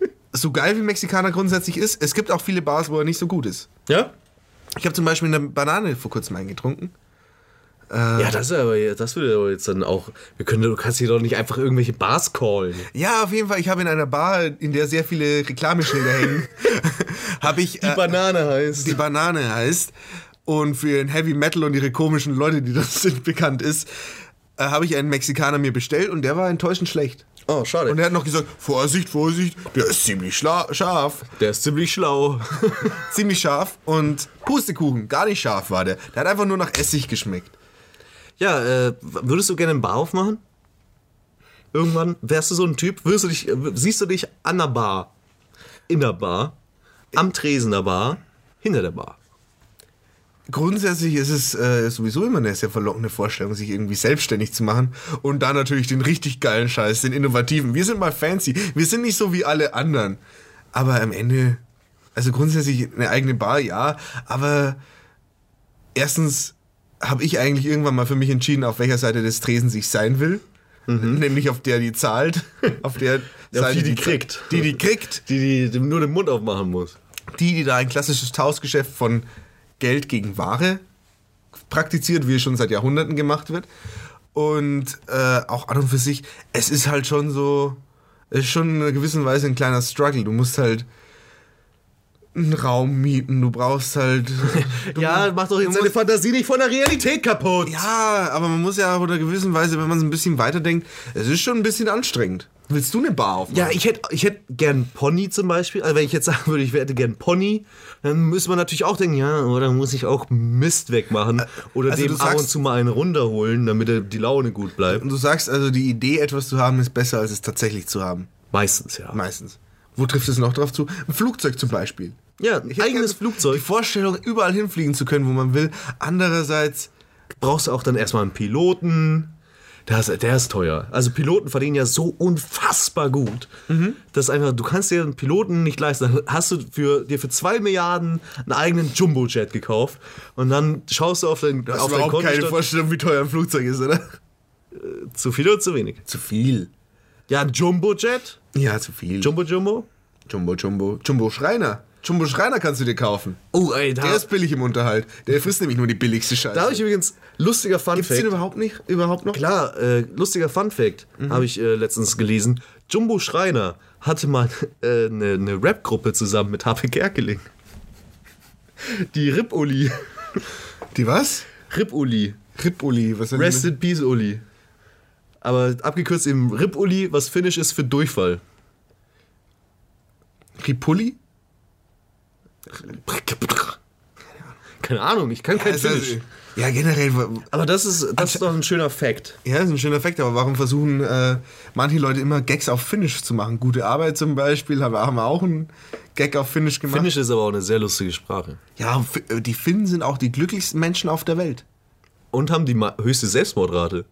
Speaker 1: so geil wie Mexikaner grundsätzlich ist, es gibt auch viele Bars, wo er nicht so gut ist.
Speaker 2: Ja?
Speaker 1: Ich habe zum Beispiel eine Banane vor kurzem eingetrunken.
Speaker 2: Ja, das ist aber jetzt- das würde aber jetzt dann auch. Wir können, du kannst hier doch nicht einfach irgendwelche Bars callen.
Speaker 1: Ja, auf jeden Fall. Ich habe in einer Bar, in der sehr viele Reklameschilder hängen, habe ich äh,
Speaker 2: Banane
Speaker 1: die
Speaker 2: heißt.
Speaker 1: Banane heißt und für den Heavy Metal und ihre komischen Leute, die das sind, bekannt ist, äh, habe ich einen Mexikaner mir bestellt und der war enttäuschend schlecht.
Speaker 2: Oh, schade.
Speaker 1: Und er hat noch gesagt, Vorsicht, Vorsicht, der ist ziemlich schla- scharf.
Speaker 2: Der ist ziemlich schlau.
Speaker 1: Ziemlich scharf und Pustekuchen, gar nicht scharf war der. Der hat einfach nur nach Essig geschmeckt.
Speaker 2: ja, äh, würdest du gerne einen Bar aufmachen? Irgendwann wärst du so ein Typ, würdest du dich, äh, siehst du dich an der Bar, in der Bar, am Tresen der Bar, hinter der Bar.
Speaker 1: Grundsätzlich ist es äh, sowieso immer eine sehr verlockende Vorstellung, sich irgendwie selbstständig zu machen und da natürlich den richtig geilen Scheiß, den innovativen. Wir sind mal fancy, wir sind nicht so wie alle anderen. Aber am Ende, also grundsätzlich eine eigene Bar, ja, aber erstens habe ich eigentlich irgendwann mal für mich entschieden, auf welcher Seite des Tresen ich sein will. Nämlich auf der, die zahlt, auf der Seite,
Speaker 2: Mhm. die, die
Speaker 1: za-
Speaker 2: kriegt.
Speaker 1: Die, die kriegt.
Speaker 2: Die, die, die nur den Mund aufmachen muss.
Speaker 1: die, die da ein klassisches Tauschgeschäft von Geld gegen Ware praktiziert, wie es schon seit Jahrhunderten gemacht wird. Und äh, auch an und für sich, es ist halt schon so, es ist schon in einer gewissen Weise ein kleiner Struggle. Du musst halt einen Raum mieten, du brauchst halt. Du
Speaker 2: Ja, mach doch jetzt deine Fantasie nicht von der Realität kaputt.
Speaker 1: ja, aber man muss ja auch in einer gewissen Weise, wenn man es ein bisschen weiterdenkt, es ist schon ein bisschen anstrengend. Willst du eine Bar aufmachen?
Speaker 2: Ja, ich hätte ich hätt gern Pony zum Beispiel. Also wenn ich jetzt sagen würde, ich hätte gern Pony, dann müsste man natürlich auch denken, ja, oder muss ich auch Mist wegmachen oder
Speaker 1: also
Speaker 2: dem
Speaker 1: du
Speaker 2: ab und
Speaker 1: sagst-
Speaker 2: zu mal einen runterholen, damit er- die Laune gut bleibt.
Speaker 1: Und du sagst also, die Idee, etwas zu haben, ist besser, als es tatsächlich zu haben.
Speaker 2: Meistens, ja.
Speaker 1: Meistens. Wo trifft es noch drauf zu? Ein Flugzeug zum Beispiel.
Speaker 2: Ja, ein
Speaker 1: hätte
Speaker 2: eigenes
Speaker 1: gerne Die
Speaker 2: Flugzeug.
Speaker 1: Vorstellung, überall hinfliegen zu können, wo man will. Andererseits,
Speaker 2: Brauchst du auch dann erstmal einen Piloten. Der ist, der ist teuer. Also Piloten verdienen ja so unfassbar gut. Das ist einfach, du kannst dir einen Piloten nicht leisten. Dann hast du für, dir für zwei Milliarden einen eigenen Jumbojet gekauft und dann schaust du auf dein,
Speaker 1: du hast
Speaker 2: auf dein
Speaker 1: überhaupt keine
Speaker 2: Kontostand-
Speaker 1: Vorstellung, wie teuer ein Flugzeug ist, oder?
Speaker 2: Zu viel oder zu wenig?
Speaker 1: Zu viel.
Speaker 2: Ja, ein Jumbo-Jet.
Speaker 1: Ja, zu viel.
Speaker 2: Jumbo Jumbo.
Speaker 1: Jumbo, Jumbo. Jumbo Schreiner. Jumbo Schreiner kannst du dir kaufen.
Speaker 2: Oh, ey,
Speaker 1: Der
Speaker 2: da,
Speaker 1: ist billig im Unterhalt. Der frisst nämlich nur die billigste Scheiße.
Speaker 2: da habe ich übrigens lustiger Fun
Speaker 1: Gibt's den
Speaker 2: Fact.
Speaker 1: überhaupt nicht? Überhaupt noch?
Speaker 2: Klar, äh, lustiger Fun Fact
Speaker 1: Mhm.
Speaker 2: habe ich äh, letztens gelesen. Jumbo Schreiner hatte mal äh, eine eine Rap-Gruppe zusammen mit Happe Kerkeling. Die Rip-Uli.
Speaker 1: Die was?
Speaker 2: Rip-Uli.
Speaker 1: Ripoli. Was soll
Speaker 2: Rest
Speaker 1: denn-
Speaker 2: in Peace, Uli. Aber abgekürzt eben Rip-Uli, was Finnisch ist für Durchfall.
Speaker 1: Ripulli?
Speaker 2: Keine Ahnung, ich kann kein
Speaker 1: Also,
Speaker 2: Finnisch.
Speaker 1: ja, generell. wa-
Speaker 2: Aber das ist, das ist doch ein schöner Fact.
Speaker 1: Ja, ist ein schöner Effekt, aber warum versuchen äh, manche Leute immer Gags auf Finnish zu machen? Gute Arbeit zum Beispiel, haben wir haben wir auch einen Gag auf Finnish gemacht.
Speaker 2: Finnisch ist aber auch eine sehr lustige Sprache.
Speaker 1: Ja, Fi- äh, die Finnen sind auch die glücklichsten Menschen auf der Welt.
Speaker 2: Und haben die ma- höchste Selbstmordrate.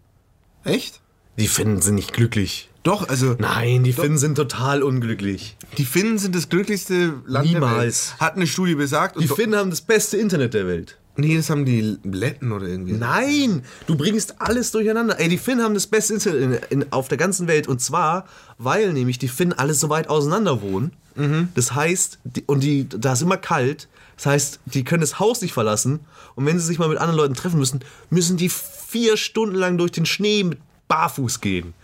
Speaker 1: Echt?
Speaker 2: Die Finnen sind nicht glücklich.
Speaker 1: Doch, also
Speaker 2: Nein, die Finnen sind total unglücklich.
Speaker 1: die Finnen sind das glücklichste Land
Speaker 2: Niemals.
Speaker 1: der Welt. Hat eine Studie besagt. Und
Speaker 2: Die
Speaker 1: do-
Speaker 2: Finnen haben das beste Internet der Welt.
Speaker 1: nee, das haben die Letten oder irgendwie.
Speaker 2: Nein, du bringst alles durcheinander. Ey, die Finnen haben das beste Internet in, in, auf der ganzen Welt. Und zwar, weil nämlich die Finnen alle so weit auseinander wohnen. Das heißt, die, und die, da ist immer kalt. Das heißt, die können das Haus nicht verlassen. Und wenn sie sich mal mit anderen Leuten treffen müssen, müssen die vier Stunden lang durch den Schnee mit barfuß gehen.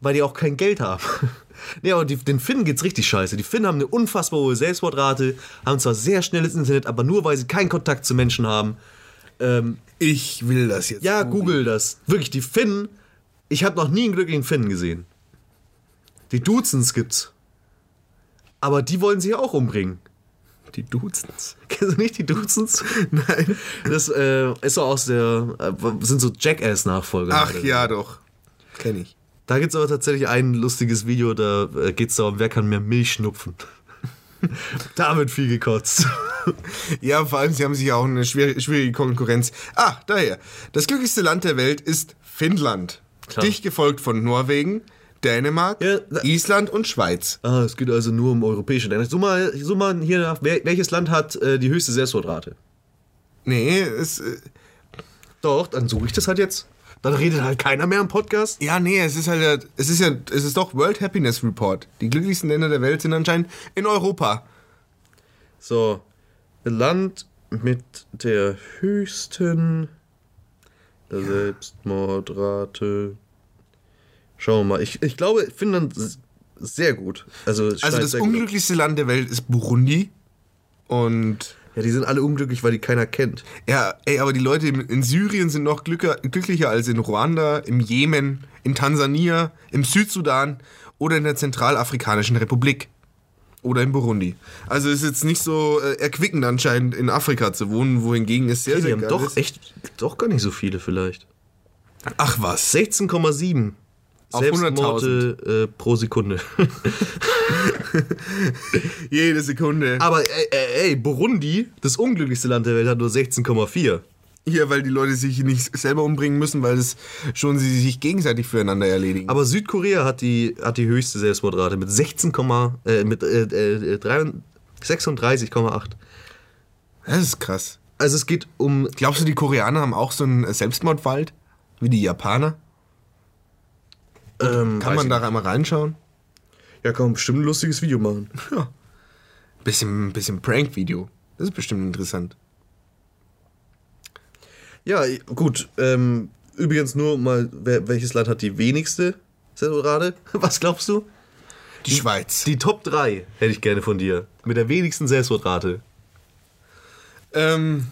Speaker 2: weil die auch kein Geld haben. Nee, aber die, den Finnen geht's richtig scheiße. Die Finnen haben eine unfassbar hohe Selbstmordrate, haben zwar sehr schnelles Internet, aber nur weil sie keinen Kontakt zu Menschen haben. Ähm,
Speaker 1: Ich will das jetzt.
Speaker 2: ja,
Speaker 1: googeln.
Speaker 2: google das. Wirklich, die Finnen, ich habe noch nie einen glücklichen Finnen gesehen. Die Dutzens gibt's. Aber die wollen sie ja auch umbringen.
Speaker 1: Die Duzens.
Speaker 2: Kennst du nicht die Duzens? Nein. Das äh, ist so aus der. Äh, sind so Jackass-Nachfolger.
Speaker 1: Ach
Speaker 2: Alter.
Speaker 1: ja, doch. Kenne ich.
Speaker 2: Da gibt es aber tatsächlich ein lustiges Video, da äh, geht es darum, wer kann mehr Milch schnupfen. da wird viel gekotzt.
Speaker 1: Ja, vor allem, sie haben sich auch eine schwere, schwierige Konkurrenz. Ah, daher. Das glücklichste Land der Welt ist Finnland.
Speaker 2: Klar.
Speaker 1: Dicht gefolgt von Norwegen, Dänemark,
Speaker 2: Ja, na-
Speaker 1: Island und Schweiz.
Speaker 2: ah, es geht also nur um europäische Länder. Such mal, such mal hier nach, wer, welches Land hat äh, die höchste Selbstmordrate?
Speaker 1: Nee, es, äh,
Speaker 2: Doch, dann suche ich das halt jetzt. Dann redet halt keiner mehr im Podcast.
Speaker 1: ja, nee, es ist halt, ja- es ist ja, es ist doch World Happiness Report. Die glücklichsten Länder der Welt sind anscheinend in Europa.
Speaker 2: So, Land mit der höchsten Selbstmordrate. Schauen wir mal. Ich, ich glaube, Finnland s- sehr gut. Also, Schweiz
Speaker 1: Also das
Speaker 2: sehr gut.
Speaker 1: unglücklichste Land der Welt ist Burundi. Und
Speaker 2: Ja, die sind alle unglücklich, weil die keiner kennt.
Speaker 1: ja, ey, aber die Leute im- in Syrien sind noch glücker, glücklicher als in Ruanda, im Jemen, in Tansania, im Südsudan oder in der Zentralafrikanischen Republik. Oder in Burundi. Also ist jetzt nicht so äh, erquickend anscheinend in Afrika zu wohnen, wohingegen es sehr,
Speaker 2: Die
Speaker 1: sehr
Speaker 2: haben
Speaker 1: geil
Speaker 2: doch
Speaker 1: ist.
Speaker 2: echt, doch gar nicht so viele vielleicht.
Speaker 1: Ach was.
Speaker 2: 16,7
Speaker 1: Auf
Speaker 2: Selbstmorde äh, pro Sekunde.
Speaker 1: Jede Sekunde.
Speaker 2: Aber ey, ey, ey, Burundi, das unglücklichste Land der Welt, hat nur 16,4.
Speaker 1: Hier, weil die Leute sich nicht selber umbringen müssen, weil es schon sie sich gegenseitig füreinander erledigen.
Speaker 2: Aber Südkorea hat die, hat die höchste Selbstmordrate mit 16, äh, mit äh, äh, 33 36,8.
Speaker 1: das ist krass.
Speaker 2: Also es geht um,
Speaker 1: Glaubst du, die Koreaner haben auch so einen Selbstmordwald? Wie die Japaner?
Speaker 2: ähm,
Speaker 1: Kann
Speaker 2: weiß
Speaker 1: man da einmal reinschauen?
Speaker 2: ich- ja komm, bestimmt ein lustiges Video machen.
Speaker 1: Bisschen, bisschen Prank-Video. Das ist bestimmt interessant.
Speaker 2: Ja, i- gut. Ähm, übrigens nur mal, wer, welches Land hat die wenigste Selbstmordrate? Was glaubst du?
Speaker 1: Die Schweiz.
Speaker 2: Die Top 3 hätte ich gerne von dir. Mit der wenigsten Selbstmordrate.
Speaker 1: ähm,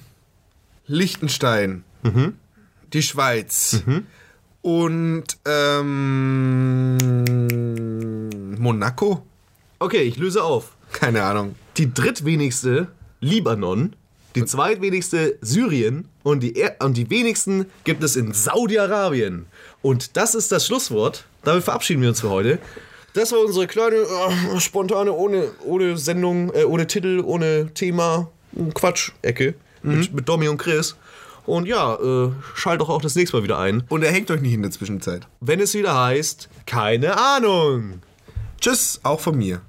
Speaker 1: Liechtenstein. Die Schweiz. Und ähm, Monaco?
Speaker 2: Okay, ich löse auf.
Speaker 1: Keine Ahnung.
Speaker 2: Die drittwenigste Libanon, die zweitwenigste Syrien und die, er und die wenigsten gibt es in Saudi-Arabien. Und das ist das Schlusswort. Damit verabschieden wir uns für heute. Das war unsere kleine, äh, spontane, ohne, ohne Sendung, äh, ohne Titel, ohne Thema, äh, Quatsch-Ecke mit, mit Domi und Chris. Und ja, äh, schalt doch auch das nächste Mal wieder ein.
Speaker 1: Und erhängt euch nicht in der Zwischenzeit.
Speaker 2: wenn es wieder heißt, keine Ahnung.
Speaker 1: Tschüss, auch von mir.